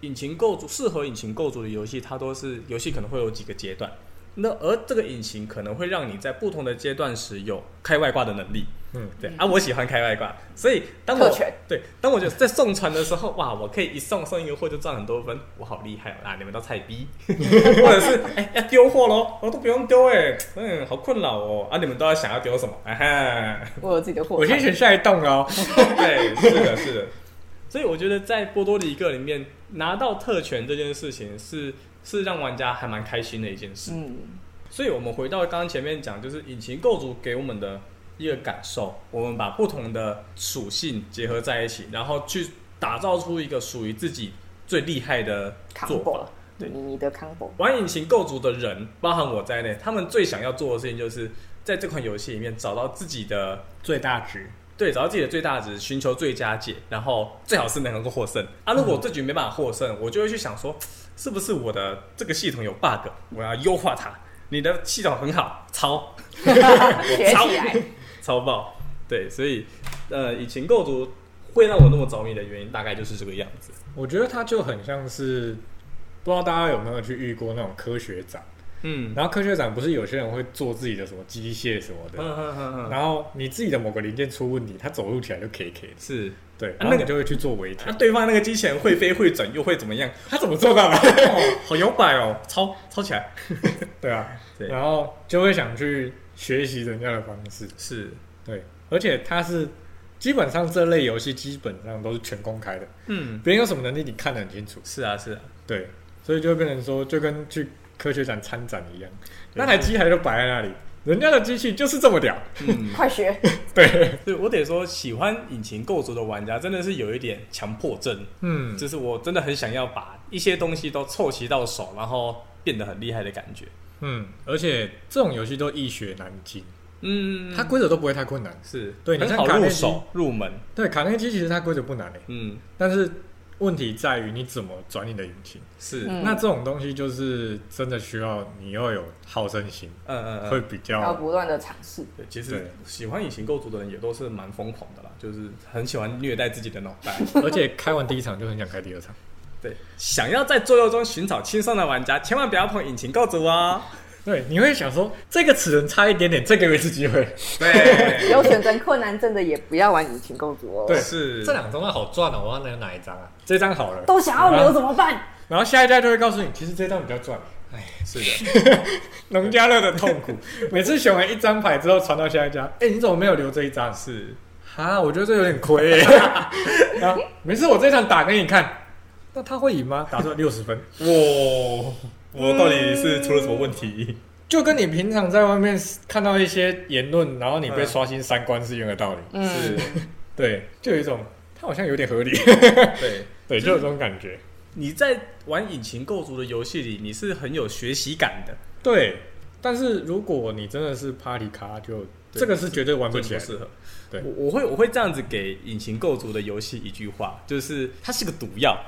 C: 引擎构筑适合引擎构筑的游戏，它都是游戏可能会有几个阶段。那而这个引擎可能会让你在不同的阶段时有开外挂的能力，
B: 嗯，
C: 对啊，我喜欢开外挂，所以当我
D: 特权
C: 对，当我就在送船的时候，哇，我可以一送送一个货就赚很多分，我好厉害哦啊！你们都菜逼， 或者是哎要丢货喽，我都不用丢哎，嗯，好困扰哦啊！你们都要想要丢什么？啊哈，
D: 我有自己的货
B: 我
D: 场。
B: 先选下一栋
C: 啊
B: 哦。
C: 对，是的，是的。所以我觉得在波多黎各里面拿到特权这件事情是是让玩家还蛮开心的一件事。
D: 嗯，
C: 所以我们回到刚刚前面讲，就是引擎构筑给我们的一个感受，我们把不同的属性结合在一起，然后去打造出一个属于自己最厉害的做
D: combo，
C: 法。对
D: 你你的 combo，
C: 玩引擎构筑的人，包含我在内，他们最想要做的事情就是在这款游戏里面找到自己的
B: 最大值，
C: 对，找到自己的最大值，寻求最佳解，然后最好是能够获胜啊。如果这局没办法获胜，我就会去想说，是不是我的这个系统有 bug，我要优化它。你的系统很好，超
D: 学起来。
C: 超爆，对，所以呃，以前构筑会让我那么着迷的原因，大概就是这个样子。
B: 我觉得它就很像是，不知道大家有没有去遇过那种科学展，
C: 嗯，
B: 然后科学展不是有些人会做自己的什么机械什么的，
C: 嗯嗯，
B: 然后你自己的某个零件出问题，它走路起来就 K K 的，
C: 是。
B: 对，
C: 啊
B: 然后
C: 那个啊
B: 你就会去做微 调。
C: 那、对方那个机器人会飞会转又会怎么样？
B: 他怎么做到的？
C: 哦，好摇摆哦，超超起来。
B: 对啊，
C: 对
B: 然后就会想去学习人家的方式，
C: 是，
B: 对，而且它是基本上这类游戏基本上都是全公开的，
C: 嗯，
B: 别人有什么能力你看得很清楚，
C: 是啊是啊，
B: 对，所以就会变成说就跟去科学展参展一样，
C: 对
B: 那台机台就摆在那里，人家的机器就是这么屌，
C: 嗯。
D: 快 学！
B: 对，
C: 对，我得说，喜欢引擎构筑的玩家真的是有一点强迫症，
B: 嗯，
C: 就是我真的很想要把一些东西都凑齐到手，然后变得很厉害的感觉。
B: 嗯，而且这种游戏都易学难精，
C: 嗯，
B: 它规则都不会太困难。
C: 是
B: 对你
C: 很
B: 像
C: 好
B: 卡内
C: 入
B: 基
C: 手入门。
B: 对，卡内基其实它规则不难诶，
C: 嗯，
B: 但是问题在于你怎么转你的引擎。
C: 是，
D: 嗯
C: 嗯
B: 那这种东西就是真的需要你要有好胜心，
C: 嗯
B: 会
C: 嗯。
B: 比
D: 要
B: 较
D: 不断的尝试。
C: 对，其
B: 对
C: 实喜欢隐形构筑的人也都是蛮疯狂的啦，就是很喜欢虐待自己的脑袋。
B: 而且开完第一场就很想开第二场。
C: 对，想要在桌游中寻找轻松的玩家，千万不要碰隐形构筑哦。
B: 对，你会想说这个齿轮差一点点，再给我一次机会。
C: 对，
D: 有选择困难症的也不要玩引擎公主哦。
B: 对
C: 是
B: 这两张都好赚哦，我忘了有哪一张啊？这张好了，
D: 都想要留怎么办？
B: 然后下一家就会告诉你，其实这张比较赚。哎
C: 是的。
B: 农家乐的痛苦，每次选完一张牌之后传到下一家，哎、你怎么没有留这一张？是哈，我觉得这有点亏、欸。啊，没事，我这场打给你看，那他会赢吗？打出六十分，
C: 哇，我到底是出了什么问题？
B: 就跟你平常在外面看到一些言论，然后你被刷新三观是一样的道理。
C: 是，
D: 嗯
B: 对，就有一种他好像有点合 理，
C: 对，
B: 对，就有这种感觉。
C: 你在玩引擎构筑的游戏里，你是很有学习感的，
B: 对，但是如果你真的是 party 咖，就
C: 对
B: 这个是绝对玩不
C: 真
B: 起
C: 的
B: 来
C: 不
B: 的。
C: 适合。
B: 对
C: 我我会我会这样子给引擎构筑的游戏一句话，就是它是个毒药，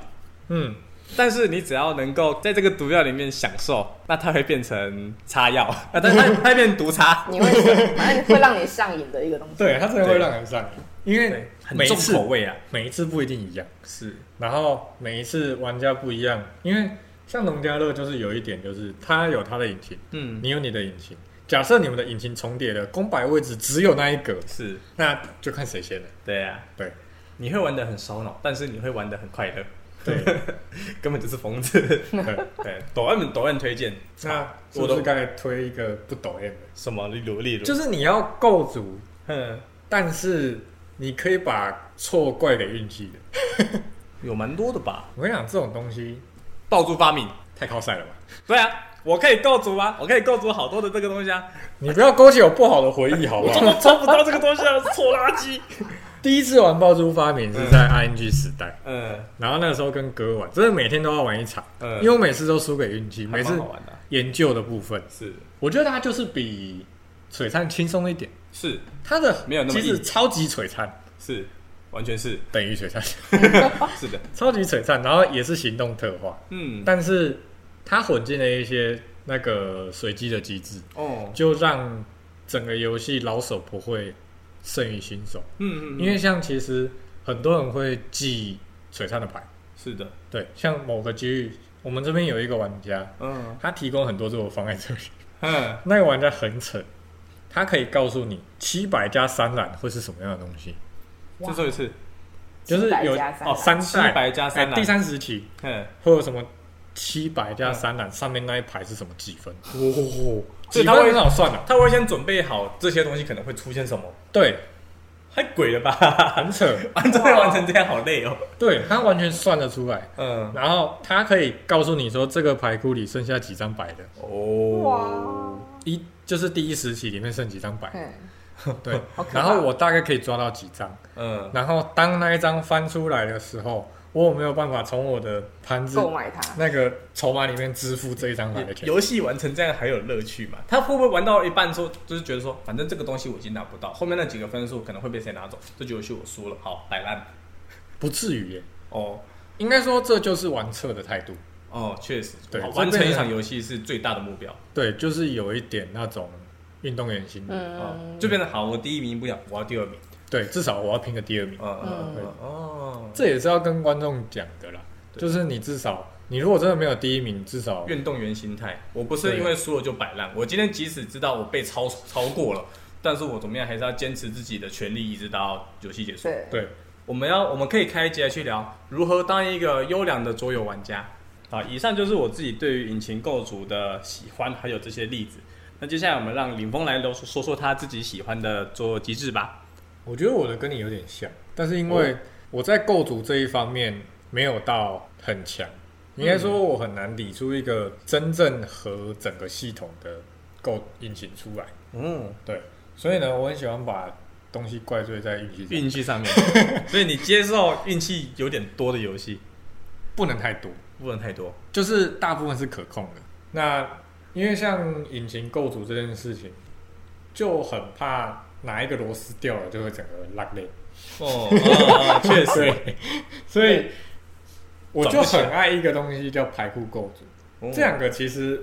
B: 嗯，
C: 但是你只要能够在这个毒药里面享受，那它会变成擦药， 啊，但它它会变毒擦。
D: 你会反正会让你上瘾的一个东西。
B: 对，他真的会让人上瘾，因为
C: 对，很
B: 每一
C: 重
B: 次
C: 口味啊，
B: 每一次不一定一样。
C: 是
B: 然后每一次玩家不一样，因为像农家乐就是有一点，就是它有它的引擎，
C: 嗯
B: 你有你的引擎。假设你们的引擎重叠了，公摆位置只有那一格，
C: 是，
B: 那就看谁先了。
C: 对啊，
B: 对
C: 你会玩的很烧脑，但是你会玩的很快乐，
B: 对
C: 根本就是疯子。
B: 对，
C: 对，抖 M 抖 M 推荐，
B: 那
C: 我
B: 我
C: 的
B: 都该推一个不抖 M，的
C: 什么例如例如，
B: 就是你要构筑，
C: 嗯，
B: 但是你可以把错怪给运气的。
C: 有蛮多的吧？
B: 我跟你讲，这种东西
C: 爆珠发明，
B: 太靠赛了吧？
C: 对啊，我可以构筑啊，我可以构筑好多的这个东西啊，
B: 你不要勾起我不好的回忆，好不
C: 我怎
B: 好？
C: 么抽不到这个东西啊？臭垃圾！
B: 第一次玩爆珠发明是在 RNG 时代，
C: 嗯
B: 然后那个时候跟哥玩，真的每天都要玩一场，
C: 嗯，
B: 因为我每次都输给运气，每
C: 还蛮
B: 次
C: 好玩的啊，
B: 研究的部分，
C: 是
B: 我觉得它就是比璀璨轻松一点，
C: 是
B: 它的
C: 没有那
B: 其
C: 么
B: 实
C: 硬
B: 超级璀璨
C: 是，完全是
B: 等于璀璨，
C: 是的，
B: 超级璀璨，然后也是行动特化，
C: 嗯
B: 啊但是它混进了一些那个随机的机制，
C: 哦，
B: 就让整个游戏老手不会胜于新手，
C: 嗯嗯，
B: 因为像其实很多人会记璀璨的牌，
C: 是的，
B: 对，像某个机遇，我们这边有一个玩家，
C: 嗯
B: 他提供很多这种方案这里，
C: 嗯，
B: 那个玩家很蠢，他可以告诉你七百加三蓝会是什么样的东西，
C: 再说一次，
B: 就是
D: 700
B: 有
D: 加三
B: 哦三
C: 七
B: 代
C: 百加三
B: 哎
C: 啊，
B: 第三十题
C: 嗯，
B: 会有什么七百加三蓝、上面那一排是什么几分？
C: 哦，所
B: 几
C: 以他
B: 分
C: 会
B: 很好算啊，
C: 他会先准备好这些东西可能会出现什么，
B: 对，
C: 太鬼了吧？
B: 很扯，
C: 完全完成这样好累哦，
B: 对他完全算得出来。
C: 嗯，
B: 然后他可以告诉你说，这个牌库里剩下几张白的，
C: 哦，
B: 一就是第一十期里面剩几张白的，
D: 嗯，
B: 对
D: 好可。怕
B: 然后我大概可以抓到几张，
C: 嗯，
B: 然后当那一张翻出来的时候，我有没有办法从我的盘子
D: 购买它，
B: 那个筹码里面支付这一张牌的钱？
C: 游戏玩成这样还有乐趣嘛？他会不会玩到一半说，就是觉得说，反正这个东西我已经拿不到，后面那几个分数可能会被谁拿走，这局游戏我输了，好摆烂。
B: 不至于耶，
C: 哦
B: 应该说这就是玩策的态度。
C: 哦，确实，
B: 对
C: 完
B: 这
C: 完
B: 变
C: 成一
B: 成
C: 场游戏是最大的目标。
B: 对，就是有一点那种运动员心理。
C: 哦
D: 嗯，，
C: 就变成好，我第一名不了，我要第二名。
B: 对，至少我要拼个第二名。
C: 嗯嗯
D: 嗯
C: 嗯，哦，
B: 这也是要跟观众讲的啦，
C: 对
B: 就是你至少你如果真的没有第一名，至少
C: 运动员心态，我不是因为输了就摆烂，我今天即使知道我被超超过了，但是我怎么样还是要坚持自己的权利，一直到游戏结束。
D: 对，
B: 对
C: 我们要我们可以开一节去聊如何当一个优良的桌游玩家。好，以上就是我自己对于引擎构筑的喜欢，还有这些例子。那接下来我们让林峰来聊说说他自己喜欢的桌游机制吧。
B: 我觉得我的跟你有点像，但是因
C: 哦
B: 为我在构筑这一方面没有到很强，应该说我很难理出一个真正和整个系统的构引擎出来。
C: 嗯，
B: 对，所以呢，我很喜欢把东西怪罪在运气上，
C: 运气上面，所以你接受运气有点多的游戏，
B: 不能太多，
C: 不能太多。
B: 就是大部分是可控的。那因为像引擎构筑这件事情，就很怕哪一个螺丝掉了就会整个拉链。
C: 哦，啊确、实，
B: 对，所以我
C: 转
B: 就
C: 不起来
B: 很爱一个东西叫排库构筑，
C: 哦
B: 这两个其实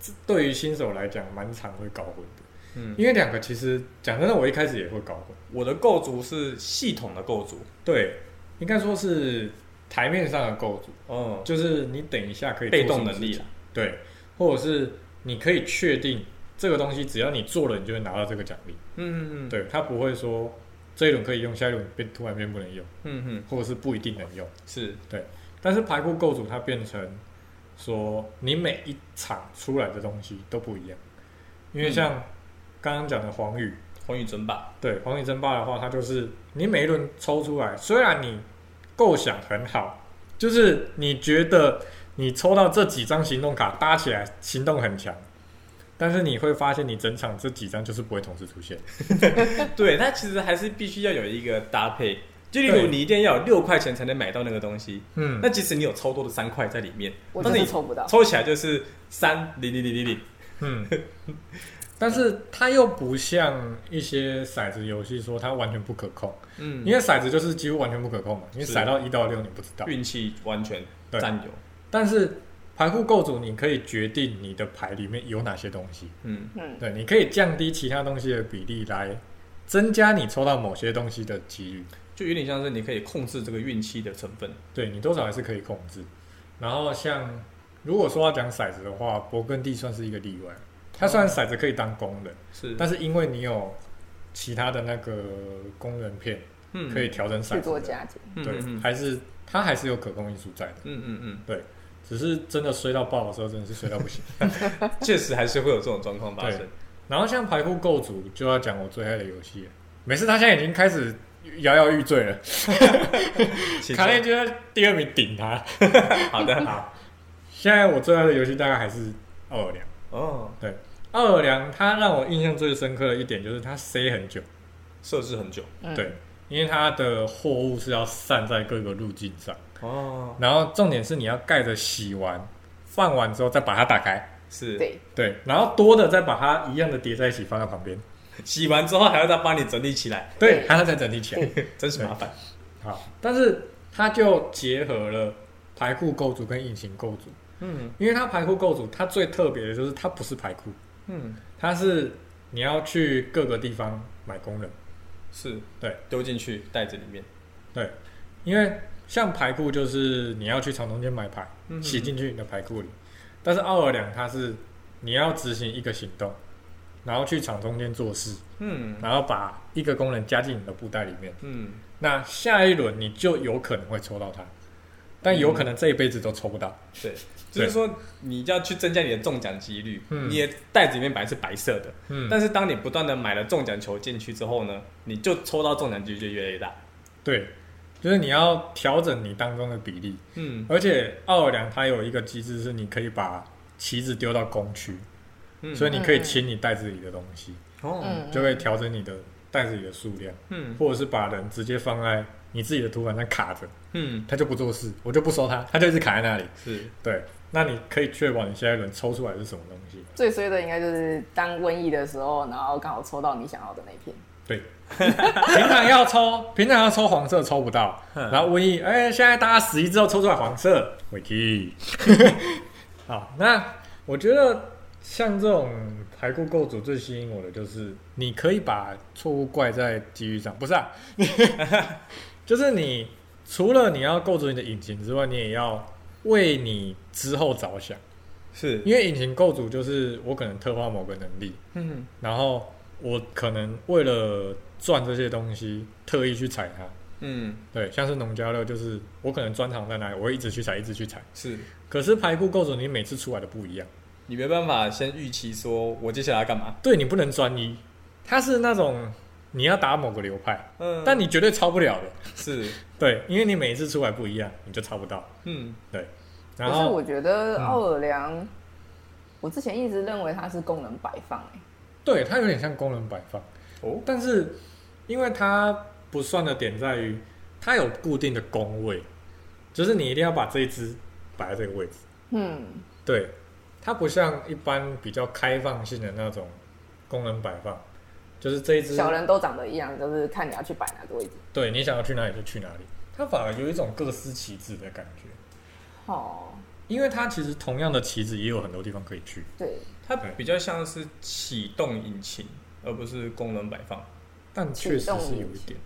B: 这对于新手来讲蛮常会搞混的。
C: 嗯
B: 因为两个其实讲真的，我一开始也会搞混。
C: 我的构筑是系统的构筑。
B: 对，应该说是台面上的构筑，
C: 哦，
B: 就是你等一下可以
C: 被
B: 做
C: 动
B: 什么
C: 能力啊
B: 事
C: 啦
B: 情，对，或者是你可以确定这个东西，只要你做了，你就会拿到这个奖励。
C: 嗯嗯
B: 对，它不会说这一轮可以用，下一轮变突然变不能用，
C: 嗯嗯，
B: 或者是不一定能用。
C: 是
B: 但是排库构筑它变成说，你每一场出来的东西都不一样，因为像刚刚讲的黄宇，
C: 红宇尊霸。
B: 对黄宇争霸的话，它就是你每一轮抽出来，虽然你构想很好，就是你觉得你抽到这几张行动卡搭起来行动很强，但是你会发现你整场这几张就是不会同时出现。
C: 对，它其实还是必须要有一个搭配。就例如
B: 对
C: 你一定要有六块钱才能买到那个东西，
B: 嗯，
C: 那即使你有超多的三块在里面，
D: 我
C: 但
D: 就是是
C: 你
D: 抽不到，
C: 抽起来就是三零零零零零。
B: 嗯，但是它又不像一些骰子游戏说它完全不可控，
C: 嗯
B: 因为骰子就是几乎完全不可控嘛，因为
C: 是
B: 骰到一到六你不知道。
C: 运气完全
B: 对
C: 占有。
B: 但是牌库构筑你可以决定你的牌里面有哪些东西，
C: 嗯
D: 嗯，
B: 对，你可以降低其他东西的比例来增加你抽到某些东西的几率，
C: 就有点像是你可以控制这个运气的成分。
B: 对你多少还是可以控制。然后像如果说要讲骰子的话，勃艮第算是一个例外，它虽然骰子可以当工人，
C: 是，
B: 但是因为你有其他的那个工人片
C: 嗯
B: 可以，调整骰
D: 去
B: 子
D: 做
B: 的，
D: 加减，
C: 嗯
B: 对，
C: 嗯嗯
B: 还是它还是有可控因素在的。
C: 嗯嗯
B: 只是真的衰到爆的时候，真的是衰到不行。
C: 嗯，确实还是会有这种状况发生
B: 对。然后像排库构筑就要讲我最爱的游戏了，每次他现在已经开始摇摇欲坠了，
C: 其实
B: 卡内就在第二名顶他。
C: 好的，
B: 好，现在我最爱的游戏大概还是奥尔良。
C: 哦，
B: 奥尔良它让我印象最深刻的一点就是它塞很久，
C: 设置很久
D: 嗯
B: 对，因为它的货物是要散在各个路径上，
C: 哦，
B: 然后重点是你要盖着洗完、放完之后再把它打开，
C: 是
D: 对，
B: 对，然后多的再把它一样的叠在一起放在旁边，
C: 洗完之后还要再帮你整理起来，
B: 对，
D: 对
B: 还要再整理起来。
C: 真是麻烦。
B: 好，但是它就结合了排库构筑跟隐形构筑，
C: 嗯
B: 因为它排库构筑它最特别的就是它不是排库，
C: 嗯，
B: 它是你要去各个地方买工人。
C: 是
B: 对，
C: 丢进去袋子里面，
B: 对，因为像排库就是你要去长通间买牌，
C: 嗯
B: 洗进去你的排库里。但是奥尔良它是你要执行一个行动，然后去场中间做事，
C: 嗯
B: 然后把一个工人加进你的布袋里面。
C: 嗯，
B: 那下一轮你就有可能会抽到它，但有可能这一辈子都抽不到。
C: 对，就是说你要去增加你的中奖几率，
B: 嗯
C: 你的袋子里面本来是白色的，
B: 嗯，
C: 但是当你不断的买了中奖球进去之后呢，你就抽到中奖几率就越来越大。
B: 对，就是你要调整你当中的比例。
C: 嗯
B: 而且奥尔良它有一个机制是你可以把旗子丢到工区，
C: 嗯
B: 所以
C: 以
B: 你可以清你袋子里的东西。
C: 哦，
D: 嗯，
B: 就会调整你的袋子里的数量，
C: 嗯
B: 或者是把人直接放在你自己的图板上卡着，
C: 嗯，
B: 他就不做事，我就不收他，他就一直卡在那里。
C: 是
B: 对，那你可以确保你下一轮抽出来是什么东西。
D: 最衰的应该就是当瘟疫的时候，然后刚好抽到你想要的那一片。
B: 对，平常要抽， 平常要抽黄色抽不到，
C: 嗯
B: 然后瘟疫，哎、现在大家死一之后抽出来黄色，Wiki。好，那我觉得像这种排骨构组最吸引我的就是，你可以把错误怪在机遇上，不是啊， 就是你除了你要构筑你的引擎之外，你也要为你之后着想，
C: 是，
B: 因为引擎构筑就是我可能特化某个能力，
C: 嗯
B: 然后我可能为了赚这些东西，特意去踩它。
C: 嗯
B: 对，像是农家乐，就是我可能专长在哪里，我会一直去踩，一直去踩。
C: 是。
B: 可是排库构筑，你每次出来的不一样，
C: 你没办法先预期说我接下来要干嘛，
B: 对你不能专一。它是那种你要打某个流派，
C: 嗯，
B: 但你绝对超不了的。
C: 是，
B: 对，因为你每一次出来不一样，你就超不到。
C: 嗯
B: 然
D: 可是
B: 后
D: 我觉得奥尔良，我之前一直认为它是功能摆放、欸，
B: 对它有点像功能摆放，
C: 哦，
B: 但是因为它不算的点在于，它有固定的工位，就是你一定要把这一只摆在这个位置。
D: 嗯，
B: 对，它不像一般比较开放性的那种功能摆放，就是这一只
D: 小人都长得一样，就是看你要去摆哪个位置。
B: 对你想要去哪里就去哪里，它反而有一种各司其职的感觉，
D: 哦，
B: 因为它其实同样的棋子也有很多地方可以去。
D: 对，
C: 它
B: 对
C: 比较像是启动引擎，而不是功能摆放，
B: 但确实是有一点，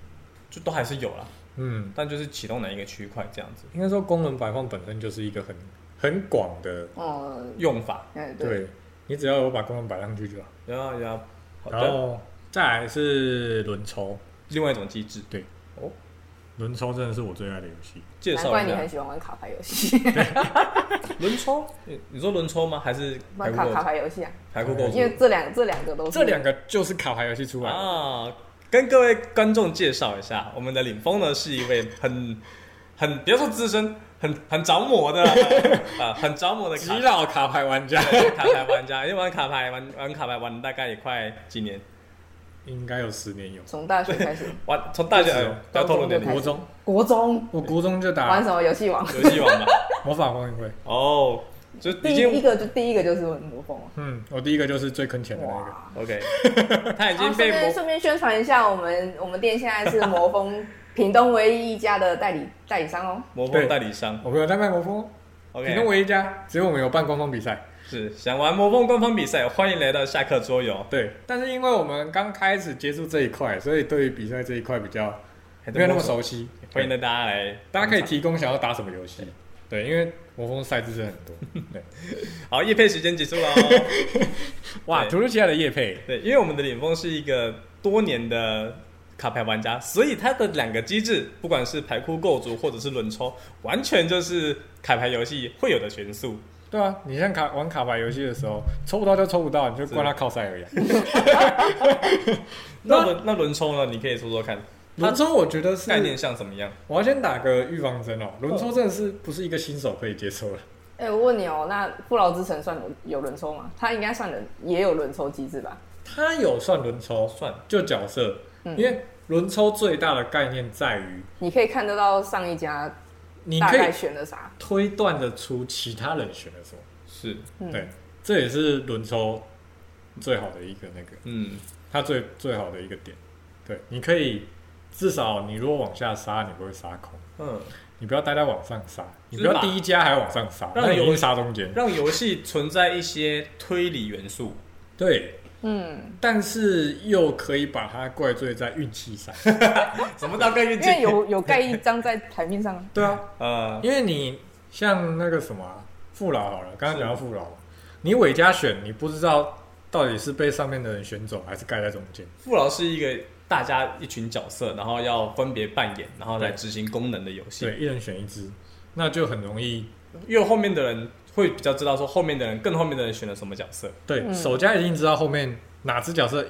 C: 就都还是有啦，
B: 嗯，
C: 但就是启动哪一个区块这样子
B: 应该说功能摆放本身就是一个很很广的，
D: 嗯，
C: 用法。
D: 哎，对，
B: 对你只要有把功能摆上去就好。
C: 然后，然后，好
B: 然
C: 的，
B: 后再来是轮抽，
C: 另外一种机制，
B: 轮抽真的是我最爱的游戏。
C: 介
D: 难
C: 绍
D: 怪
C: 一
D: 你很
C: 下
D: 喜欢玩卡牌游戏，
C: 轮抽，你你说轮抽吗？还是排
D: 玩
C: 骨
D: 卡
C: 构
D: 卡
C: 筑？
D: 牌游戏啊，
C: 排骨构
D: 因为
C: 筑
D: 这两这两个都是
B: 哦这两个就是卡牌游戏出来的，
C: 啊，跟各位观众介绍一下，我们的领峰呢是一位很很不要说资深，很很着魔的啊，很着魔的卡
B: 击老卡牌玩家。
C: 卡牌玩家，因为玩卡牌玩玩卡牌玩了大概也快几年，
B: 应该有十年有。
D: 从大学开始，
C: 玩从大学
B: 不止哦
C: 哎不要透露年
D: 高
B: 国
C: 龄，
D: 中
B: 中，
D: 国中
B: 我国中就
D: 玩
B: 打
D: 什么游戏王？
C: 游戏王吧。
B: 魔法方运会。
C: 哦，就
D: 第
C: 已
D: 一
C: 经
D: 个就第一个就是魔凤王
B: 嗯，我第一个就是最坑钱的那个。
D: 哇。
C: OK，他已
D: 然
C: 经
D: 后顺
C: 被
D: 便
C: 魔
D: 顺便宣传一下，我们我们店现在是魔峰屏东唯一一家的代理代理商哦。
C: 魔方代理商。
B: 我们有在卖魔风，其中
C: OK，
B: 唯一一家，只有我们有办官方比赛。
C: 是想玩魔方官方比赛，欢迎来到下课桌游。
B: 对，但是因为我们刚开始接触这一块，所以对于比赛这一块比较
C: 还在
B: 没有那嗯么
C: 摸索，
B: 熟悉。
C: 欢迎
B: 对
C: 大家来，
B: 大家可以提供想要打什么游戏。对，因为魔风赛制是很多。对，
C: 好，夜配时间结束了。
B: 哇，
C: 对
B: 土耳其的叶配，
C: 对，因为我们的领峰是一个多年的卡牌玩家，所以他的两个机制，不管是牌库构筑或者是轮抽，完全就是卡牌游戏会有的元素。
B: 对啊，你像卡玩卡牌游戏的时候，抽不到就抽不到，你就关他靠赛而已 啊。
C: 那轮那轮抽呢？你可以说说看，
B: 轮抽我觉得是
C: 概念像怎么样？
B: 我要先打个预防针哦，轮抽真的是不是一个新手可以接受的，
D: 哎、我问你哦，那不劳之神算有有轮抽吗？它应该算轮，也有轮抽机制吧？
B: 它有算轮抽，
C: 算
B: 就角色，
D: 嗯
B: 因为轮抽最大的概念在于
D: 你可以看得到上一家
B: 你
D: 大
B: 可
D: 概
B: 以
D: 选了啥？
B: 推断得出其他人选了什么。
C: 是，
D: 嗯
B: 对，这也是轮抽最好的一个那个，
C: 嗯，
B: 它最最好的一个点。对，你可以至少你如果往下杀，你不会杀空，
C: 嗯，
B: 你不要待在往上杀，你不
C: 是
B: 要
C: 吧
B: 第一家还往上杀，
C: 让
B: 那你
C: 游
B: 一定杀中间。
C: 让游戏存在一些推理元素，
B: 对，
D: 嗯，
B: 但是又可以把它怪罪在运气 上。
C: 什么叫概念
D: 因为有有盖一张在台面 上啊，
B: 对啊，
C: 呃，
B: 因为你像那个什么、啊、富饶好了，刚刚讲到富饶，你尾家选，你不知道到底是被上面的人选走，还是盖在中间。
C: 富饶是一个大家一群角色，然后要分别扮演，然后来执行功能的游戏。
B: 对，一人选一只，那就很容易。
C: 因为后面的人会比较知道说后面的人更后面的人选了什么角色，
B: 对，
D: 嗯
B: 守家一定知道后面哪只角色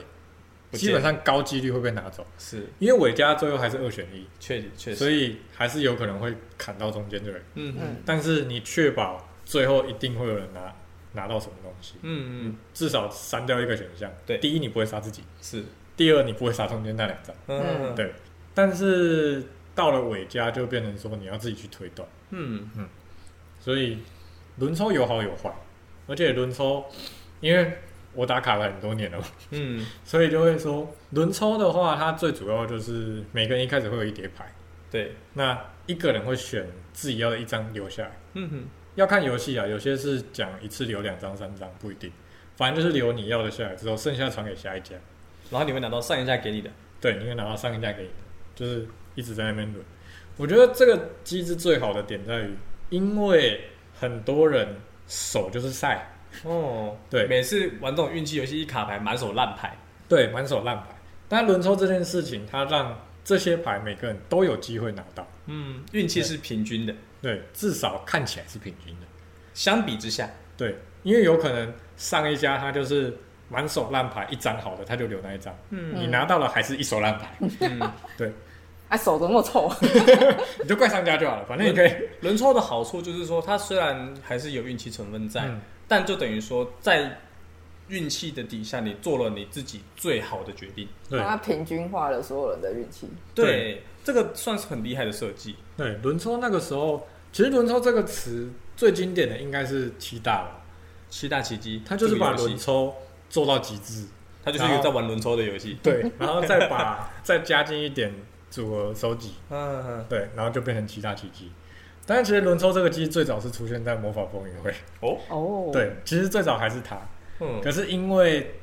C: 不见
B: 基本上高几率会被拿走，
C: 是
B: 因为尾家最后还是二选一，
C: 确确
B: 所
C: 实，
B: 以还是有可能会砍到中间的人。
C: 嗯嗯
D: 嗯
B: 但是你确保最后一定会有人拿拿到什么东西。
C: 嗯嗯
B: 至少删掉一个选项。
C: 对
B: 第一你不会杀自己，
C: 是，
B: 第二你不会杀中间那两张。
C: 嗯
B: 对，但是到了尾家就变成说你要自己去推断，
C: 嗯
B: 所以轮抽有好有坏，而且轮抽因为我打卡牌很多年了嘛，
C: 嗯
B: 所以就会说轮抽的话，它最主要就是每个人一开始会有一叠牌，
C: 对，
B: 那一个人会选自己要的一张留下来。
C: 嗯哼
B: 要看游戏啊，有些是讲一次留两张、三张不一定，反正就是留你要的下来之后，剩下传给下一家。
C: 然后你会拿到上一下给你的，
B: 对，你会拿到上一家给你的，就是一直在那边轮。我觉得这个机制最好的点在于，因为很多人手就是晒，
C: 哦，
B: 对
C: 每次玩这种运气游戏，一卡牌满手烂牌，
B: 对，满手烂牌。但轮抽这件事情，它让这些牌每个人都有机会拿到，
C: 嗯，运气是平均的，
B: 对，至少看起来是平均的。
C: 相比之下，
B: 对，因为有可能上一家他就是满手烂牌一张好的，他就留那一张，
C: 嗯
B: 你拿到了还是一手烂牌，
C: 嗯，
B: 对，
D: 啊手怎么那么臭？
B: 你就怪上家就好了，反正你可以，
C: 轮抽的好处就是说，它虽然还是有运气成分在，
B: 嗯
C: 但就等于说在运气的底下，你做了你自己最好啊的决定。
B: 对
D: 它平均化了所有人的运气。
C: 对，
B: 对
C: 这个算是很厉害的设计。
B: 对，轮抽那个时候，其实轮抽这个词最经典的应该是七大了，
C: 七大奇迹，
B: 他就是把
C: 这个游
B: 轮
C: 戏，
B: 抽做到极致，
C: 它就是一个在玩轮抽的游戏。
B: 对，然后再把再加进一点组合收集，
C: 嗯嗯，
B: 对，然后就变成七大奇迹。但是其实轮抽这个机制最早是出现在魔法风云会，
C: 哦，
D: 哦，，
B: 对，其实最早还是它，
C: 嗯，
B: 可是因为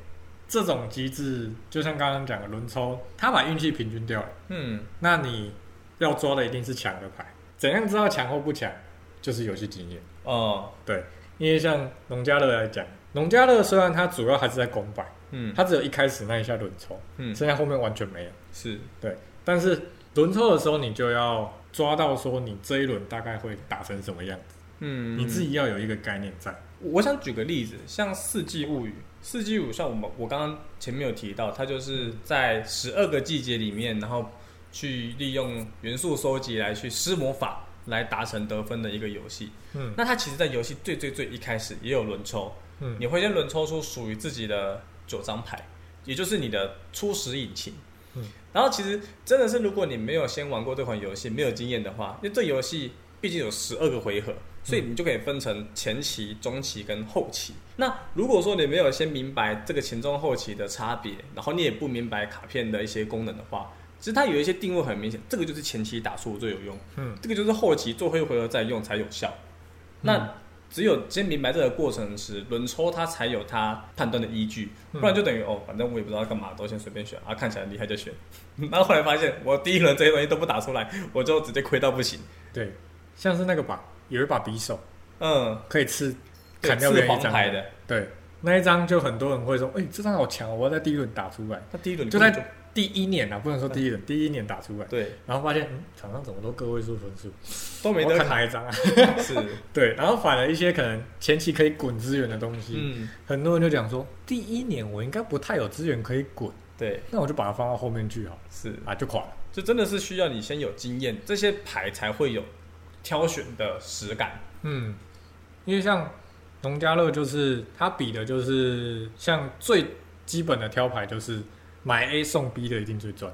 B: 这种机制，就像刚刚讲的轮抽，它把运气平均掉了，
C: 嗯，
B: 那你要抓的一定是强的牌，怎样知道强或不强，就是游戏经验。
C: 哦，
B: 对，因为像农家乐来讲，农家乐虽然它主要还是在公版，
C: 嗯，
B: 它只有一开始那一下轮抽，
C: 嗯
B: 剩下后面完全没有。
C: 是，
B: 对，但是轮抽的时候，你就要抓到说你这一轮大概会打成什么样子，
C: 嗯，
B: 你自己要有一个概念在。
C: 我想举个例子，像《四季物语》，《四季物语》像我们我刚刚前面有提到，它就是在十二个季节里面，然后去利用元素收集来去施魔法来达成得分的一个游戏。
B: 嗯
C: 那它其实，在游戏最最最一开始也有轮抽，
B: 嗯
C: 你会先轮抽出属于自己的九张牌，也就是你的初始引擎。
B: 嗯
C: 然后其实真的是，如果你没有先玩过这款游戏，没有经验的话，因为这游戏毕竟有十二个回合，
B: 嗯
C: 所以你就可以分成前期、中期跟后期。那如果说你没有先明白这个前中后期的差别，然后你也不明白卡片的一些功能的话，其实它有一些定位很明显，这个就是前期打出最有用，
B: 嗯
C: 这个就是后期做回回合再用才有效。
B: 嗯
C: 那只有先明白这个过程时，轮抽它才有它判断的依据，不
B: 嗯
C: 然就等于哦，反正我也不知道干嘛，都先随便选啊，看起来很厉害就选。 然后后来发现我第一轮这些东西都不打出来，我就直接亏到不行。
B: 对，像是那个把有一把匕首
C: 嗯，
B: 可以吃
C: 对
B: 砍掉
C: 刺
B: 别人
C: 黄
B: 一张
C: 牌，的，
B: 对，那一张就很多人会说，哎、这张好强哦，我要在第一轮打出来，
C: 他第一轮
B: 就
C: 根本
B: 在第一年啊，不能说第一轮，第一年打出来。
C: 对
B: 然后发现，嗯，场上怎么都个位数分数，
C: 都没
B: 我
C: 得
B: 砍
C: 砍，
B: 哪一张啊？
C: 是
B: 对，然后反而一些可能前期可以滚资源的东西，
C: 嗯
B: 很多人就讲说，第一年我应该不太有资源可以滚，
C: 对
B: 那我就把它放到后面去好了，
C: 是，
B: 啊，就垮了。
C: 就真的是需要你先有经验，这些牌才会有挑选的实感。
B: 嗯，因为像农家乐就是它比的就是像最基本的挑牌就是买 A 送 B 的一定最赚，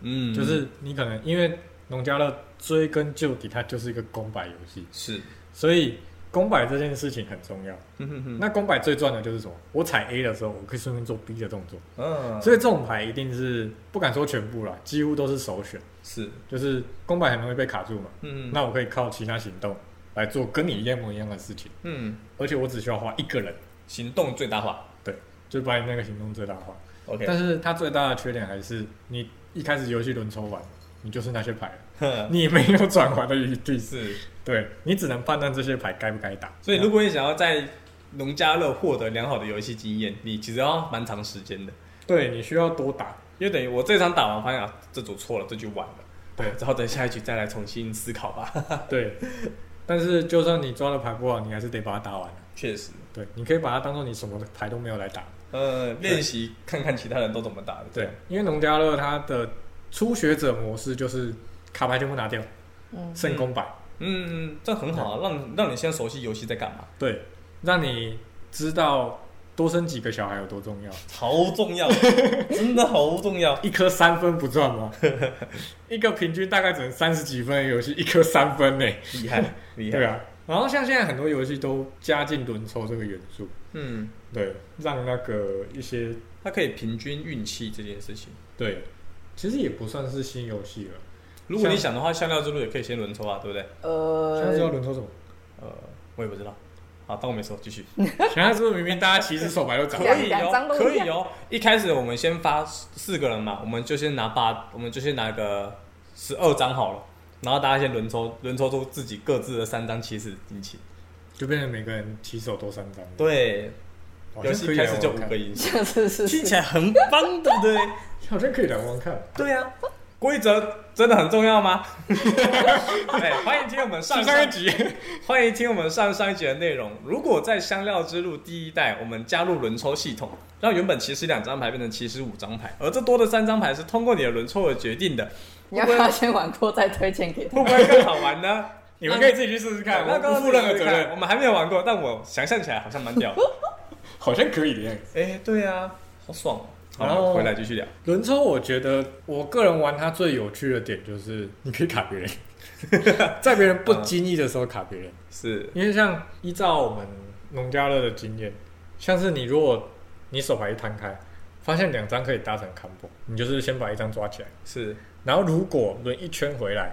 C: 嗯
B: 就是你可能因为农家乐追根究底它就是一个公摆游戏，
C: 是，
B: 所以公摆这件事情很重要。
C: 嗯哼哼，
B: 那公摆最赚的就是什么？我踩 A 的时候，我可以顺便做 B 的动作，
C: 嗯，
B: 所以这种牌一定是不敢说全部啦，几乎都是首选，
C: 是，
B: 就是公摆很容易被卡住嘛。
C: 嗯
B: 那我可以靠其他行动来做跟你一模一样的事情，
C: 嗯，
B: 而且我只需要花一个人，
C: 行动最大化
B: 就把你那个行动最大化。
C: ，OK，
B: 但是它最大的缺点还是你一开始游戏轮抽完，你就是那些牌了，
C: 呵
B: 你没有转换的余地，
C: 是，
B: 对你只能判断这些牌该不该打。
C: 所以如果你想要在农家乐获得良好的游戏经验，你其实要蛮长时间的，
B: 对你需要多打，
C: 因为等于我这场打完发现啊，这组错了，这局完了，
B: 对
C: 然后等下一局再来重新思考吧。
B: 对。但是就算你抓的牌不好，你还是得把它打完。 啊
C: 确实，
B: 对，你可以把它当做你什么牌都没有来打。
C: 呃，练习看看其他人都怎么打的，
B: 对，，因为农家乐它的初学者模式就是卡牌全部拿掉，
D: 嗯
B: 剩公摆。
C: 嗯，这很好啊，让让你先熟悉游戏在干嘛，
B: 对，让你知道多生几个小孩有多重要。
C: 好重要， 真的好重要。
B: 一颗三分不赚吗？ 一个平均大概只能三十几分的游戏，一颗三分呢、
C: 厉害，厉害。
B: 对啊，然后像现在很多游戏都加进轮抽这个元素，
C: 嗯，
B: 对，让那个一些
C: 它可以平均运气这件事情。
B: 对，其实也不算是新游戏了。
C: 如果你想的话，香料之路也可以先轮抽啊，对不对？
B: 现在知 道
D: 呃，
B: 轮抽什么？
C: 呃，我也不知道。好，当我没说，继续。
B: 现在是不是明明大家其实手牌都长
C: 可
B: 了？
C: 以
D: 两两张
C: 哦，
D: 都
C: 可
D: 一
C: 以
D: 样
C: 哦。一开始我们先发四四个人嘛，我们就先拿八，我们就先拿个十二张好了。然后大家先轮抽，轮抽出自己各自的三张起始引起。
B: 就变成每个人起手都三张。
C: 对，
B: 好
C: 游
B: 像
C: 戏
B: 可以
C: 开
B: 来
C: 始就五
B: 玩玩
C: 个引起，
D: 这样是是
C: 听
D: 是
C: 起来很棒，对不对？
B: 看，好像可以来玩玩看。
C: 对呀、规则真的很重要吗？哎，欢迎听我们上
B: 上一
C: 集，欢迎听我们上上一集的内容。如果在香料之路第一代，我们加入轮抽系统，让原本其实两张牌变成其实五张牌，而这多的三张牌是通过你的轮抽而决定的，
D: 你要不要先玩过再推荐给他？
C: 会不会更好玩 呢？
B: 你们可以自己去试试看，我
C: 那刚
B: 不
C: 刚
B: 负任何责
C: 自己看我
B: 任。
C: 们还没有玩过，但我想象起来好像蛮屌的。
B: 好像可以的样子。
C: 哎，对啊，好爽、哦。好
B: 然后
C: 了，回来继续聊。
B: 轮抽，我觉得我个人玩它最有趣的点就是你可以卡别人，在别人不经意的时候卡别人。
C: 是，
B: 因为像依照我们农家乐的经验，像是你如果你手牌一摊开，发现两张可以搭成 combo，你就是先把一张抓起来，
C: 是，
B: 然后如果轮一圈回来，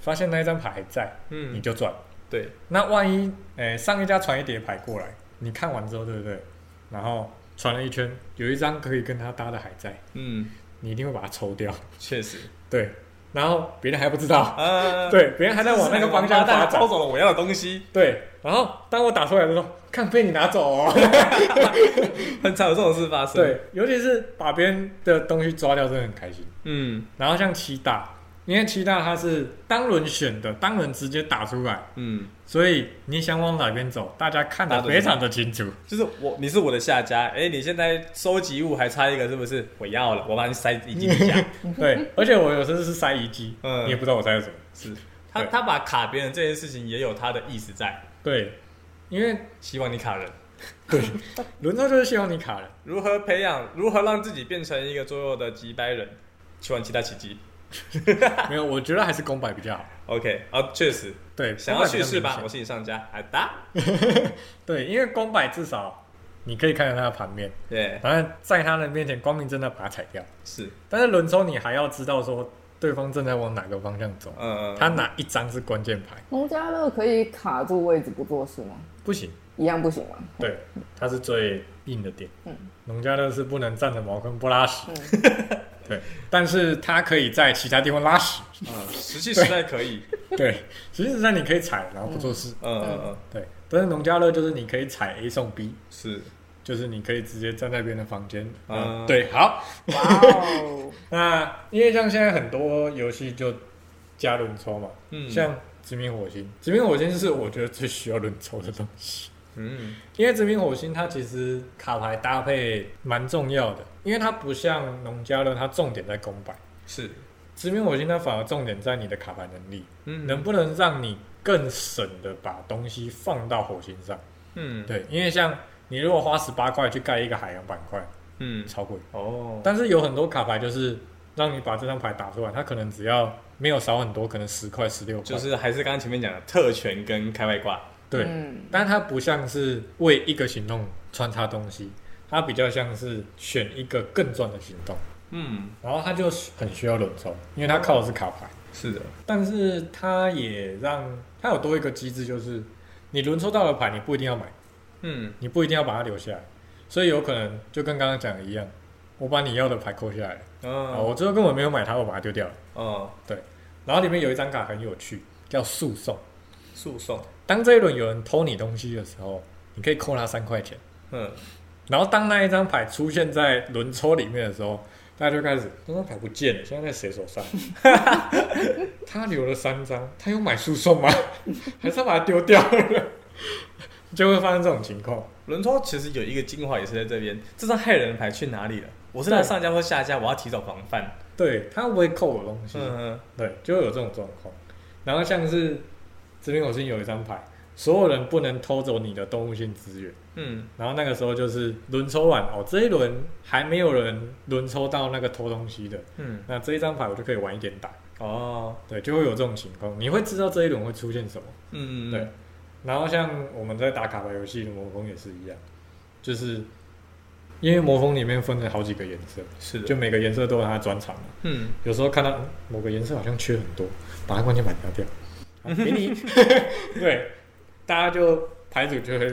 B: 发现那一张牌还在，你
C: 嗯，
B: 就赚。
C: 对，
B: 那万一诶、上一家传一叠牌过来，你看完之后对不对？然后传了一圈，有一张可以跟他搭的还在，
C: 嗯，
B: 你一定会把它抽掉。
C: 确实，
B: 对，然后别人还不知 道，
C: 呃，
B: 对，别人还在往那个方 向发展
C: 啊偷。走了我要的东西，
B: 对，然后当我打出来的时候，看被你拿走哦。
C: 很常有这种事发生。，
B: 对，尤其是把别人的东西抓掉，真的很开心。
C: 嗯
B: 然后像七大，因为七大它是当轮选的，当轮直接打出来，
C: 嗯，
B: 所以你想往哪边走，大家看得非常的清楚。
C: 就是我，你是我的下家，哎、你现在收集物还差一个是不是？我要了，我把你塞进底 下。
B: 对，而且我有时候是塞遗迹，
C: 嗯
B: 你也不知道我塞了什么。
C: 是他
B: 对
C: 他把卡别人这件事情也有他的意思在，
B: 对，因为
C: 希望你卡人。
B: 轮抽就是希望你卡人。
C: 如何培养？如何让自己变成一个左右的几百人？去玩其他奇迹。
B: 没有，我觉得还是公摆比较好。
C: OK，啊，确实
B: 对，
C: 想要
B: 公摆比
C: 叙
B: 较
C: 事吧，
B: 明
C: 我
B: 显
C: 是你上家，好哒。
B: 对，因为公摆至少你可以看到它的盘面，
C: 对，
B: 然后在他的面前光明正大把它踩掉。
C: 是，
B: 但是轮抽你还要知道说对方正在往哪个方向走，
C: 嗯、
B: 他哪一张是关键牌，
D: 农家乐可以卡住位置不做事吗？
B: 不行。
D: 一样不行吗？
B: 对，它是最硬的点。
D: 嗯
B: 农家乐是不能站着茅坑不拉屎。
D: 嗯
B: 对，但是它可以在其他地方拉 屎。
C: 嗯，石器时代可 以，
B: 对，实际上你可以踩，然后不做事。
C: 嗯嗯嗯，
B: 对，但是农家乐就是你可以踩 A 送 B，
C: 是，
B: 就是你可以直接站在别人的房间。
C: 嗯
B: 嗯，对，好。
D: 哇哦，
B: 那因为像现在很多游戏就加轮抽嘛，
C: 嗯，
B: 像《殖民火星》，《殖民火星》是我觉得最需要轮抽的东西，
C: 嗯
B: 因为《殖民火星》它其实卡牌搭配蛮重要的，因为它不像农家乐，它重点在公摆，《
C: 是，
B: 殖民火星》它反而重点在你的卡牌能力，
C: 嗯
B: 能不能让你更省的把东西放到火星上。
C: 嗯，
B: 对，因为像你如果花十八块去盖一个海洋板块，
C: 嗯，
B: 超贵。
C: 哦，
B: 但是有很多卡牌就是让你把这张牌打出来，它可能只要没有少很多，可能十块、十六块。
C: 就是还是刚刚前面讲的特权跟开外挂，
B: 对，
D: 嗯，
B: 但它不像是为一个行动穿插东西，它比较像是选一个更赚的行动，
C: 嗯，
B: 然后它就很需要轮抽，因为它靠的是卡牌。
C: 是的，
B: 但是它也让它有多一个机制，就是你轮抽到的牌，你不一定要买，
C: 嗯，
B: 你不一定要把它留下来，所以有可能就跟刚刚讲的一样，我把你要的牌扣下来，啊，
C: 哦，
B: 我最后根本没有买它，我把它丢掉了。
C: 哦，
B: 然后里面有一张卡很有趣，叫诉讼。
C: 诉讼，
B: 当这一轮有人偷你东西的时候，你可以扣他三块钱。
C: 嗯，
B: 然后当那一张牌出现在轮抽里面的时候，大家就开始那张牌不见了，现在在谁手上？ 他留了三张，他有买诉讼吗？还是他把它丢掉了？就会发生这种情况。
C: 轮抽其实有一个精华也是在这边，这张害人的牌去哪里了？我是在
B: 对
C: 上家或下家，我要提早防范。
B: 对他不会扣我东西，
C: 嗯，
B: 对，就会有这种状况。然后像是这边我是有一张牌，所有人不能偷走你的动物性资源。
C: 嗯，
B: 然后那个时候就是轮抽完哦，这一轮还没有人轮抽到那个偷东西的，
C: 嗯，
B: 那这一张牌我就可以晚一点打，
C: 哦，
B: 对，就会有这种情况，你会知道这一轮会出现什么。
C: 嗯，
B: 对，然后像我们在打卡牌游戏的魔风也是一样，就是因为魔风里面分了好几个颜色，
C: 是的，
B: 就每个颜色都有它的专长嘛
C: 嗯，
B: 有时候看到嗯某个颜色好像缺很多，把它关键板拿 掉，啊给你。对，大家就牌组就会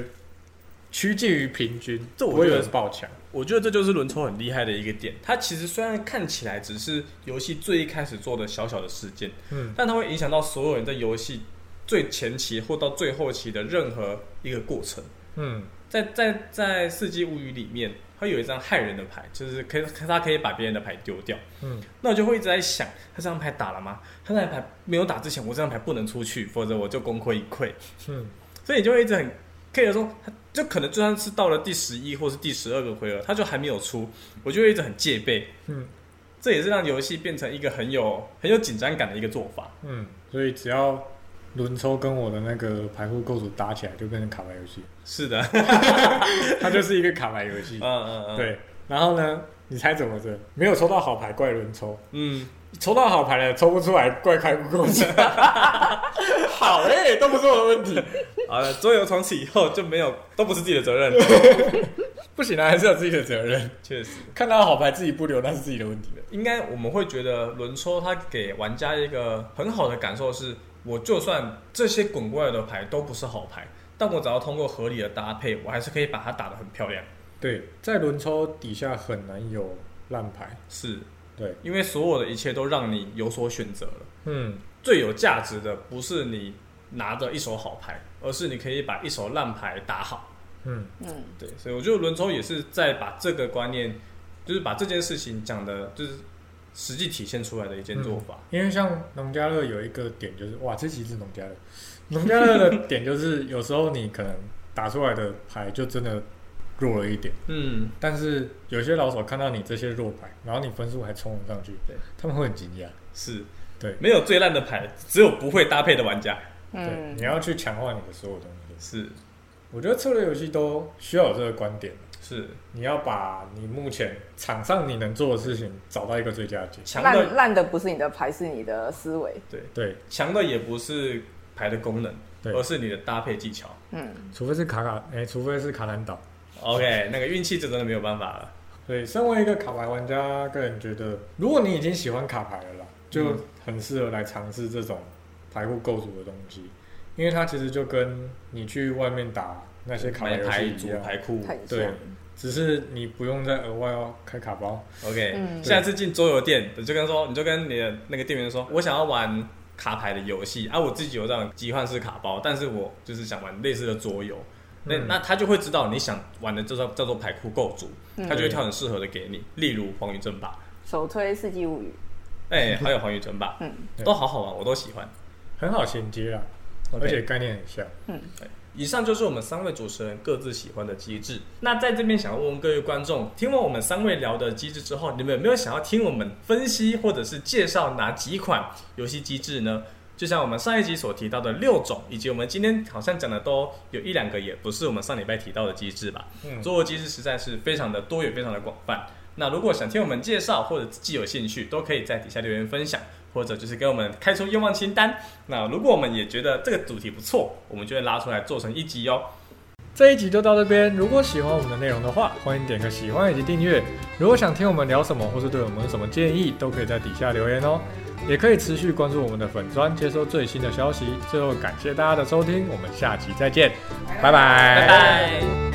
B: 趋近于平均，
C: 这我
B: 不会
C: 觉
B: 有
C: 得
B: 人爆强。
C: 我觉得这就是轮抽很厉害的一个点。它其实虽然看起来只是游戏最一开始做的小小的事件，
B: 嗯，
C: 但它会影响到所有人在游戏最前期或到最后期的任何一个过程。
B: 嗯，
C: 在在在《世纪物语》里面，它有一张害人的牌，就是可以它可以把别人的牌丢掉。
B: 嗯，
C: 那我就会一直在想，他这张牌打了吗？他这张牌没有打之前，我这张牌不能出去，否则我就功亏一篑。
B: 嗯，
C: 所以你就会一直很 care 说，他就可能就算是到了第十一或是第十二个回合，他就还没有出，我就会一直很戒备。
B: 嗯，
C: 这也是让游戏变成一个很有很有紧张感的一个做法。
B: 嗯，所以只要轮抽跟我的那个牌库构筑搭起来，就变成卡牌游戏，
C: 是的，
B: 它就是一个卡牌游戏
C: 嗯。嗯嗯，，
B: 对，然后呢，你猜怎么着？没有抽到好牌怪轮抽，
C: 嗯，
B: 抽到好牌了抽不出来怪牌不构筑。 好哎、都不是我的问题，
C: 好了，桌游从此以后就没有都不是自己的责任，
B: 不行啊，还是有自己的责任。
C: 确实。
B: 看到好牌自己不留，那是自己的问题了。
C: 应该我们会觉得轮抽它给玩家一个很好的感受是，我就算这些滚过来的牌都不是好牌，但我只要通过合理的搭配，我还是可以把它打得很漂亮。
B: 对，在轮抽底下很难有烂牌。
C: 是
B: 对，
C: 因为所有的一切都让你有所选择了。
B: 嗯，
C: 最有价值的不是你拿着一手好牌，而是你可以把一手烂牌打好。
B: 嗯
D: 嗯，
C: 对，所以我觉得轮抽也是在把这个观念，就是把这件事情讲的，就是实际体现出来的一件做法。
B: 因为像农家乐有一个点就是，哇，这其实是农家乐。农家乐的点就是，有时候你可能打出来的牌就真的弱了一点，
C: 嗯，
B: 但是有些老手看到你这些弱牌，然后你分数还冲了上去，
C: 对，
B: 他们会很惊讶。
C: 是
B: 对
C: 没有最烂的牌，只有不会搭配的玩家。
B: 对，
D: 嗯
B: 你，要去强化你的所有东西。
C: 是
B: 我觉得策略游戏都需要有这个观点，
C: 是，
B: 你要把你目前场上你能做的事情找到一个最佳解。
C: 强
D: 烂
C: 的
D: 烂的不是你的牌，是你的思维。
B: 对，
C: 强的也不是牌的功能，
B: 对
C: 而是你的搭配技巧。
D: 嗯，
B: 除非是卡卡，哎、除非是卡兰岛。
C: OK，那个运气就真的没有办法了。
B: 所以，身为一个卡牌玩家，个人觉得，如果你已经喜欢卡牌了啦，
C: 嗯
B: 就很适合来尝试这种牌库构筑的东西，因为它其实就跟你去外面打那些卡牌
C: 买
B: 游
C: 牌
B: 戏
C: 组
B: 一样，
C: 牌库。
D: 很像
B: 对。，只是你不用再额外要开卡包。
C: OK，、
D: 嗯
C: 下次进桌游店，你就跟他说，你就跟你的那个店员说，我想要玩卡牌的游戏啊，我自己有这种集换式卡包，但是我就是想玩类似的桌游。那、
B: 嗯
C: 那他就会知道你想玩的叫做叫做牌库构筑，
D: 嗯
C: 他就会挑很适合的给你，例如黄鱼争霸，
D: 首推《世纪物语
C: 哎、还有黄鱼争霸，》，
D: 嗯
B: 对
C: 都好好玩，我都喜欢。
B: 很好衔接啦
C: OK
B: 而且概念很像。
C: 以上就是我们三位主持人各自喜欢的机制。那在这边想要问问各位观众，听完我们三位聊的机制之后，你们有没有想要听我们分析或者是介绍哪几款游戏机制呢？就像我们上一集所提到的六种，以及我们今天好像讲的都有一两个也不是我们上礼拜提到的机制吧。
B: 嗯
C: 桌游机制实在是非常的多元，非常的广泛。那如果想听我们介绍，或者自己有兴趣，都可以在底下留言分享，或者就是给我们开出愿望清单。那如果我们也觉得这个主题不错，我们就会拉出来做成一集哦。
B: 这一集就到这边。如果喜欢我们的内容的话，欢迎点个喜欢以及订阅。如果想听我们聊什么，或是对我们有什么建议，都可以在底下留言哦。也可以持续关注我们的粉砖，接收最新的消息。最后感谢大家的收听，我们下期再见，拜拜
C: 拜拜。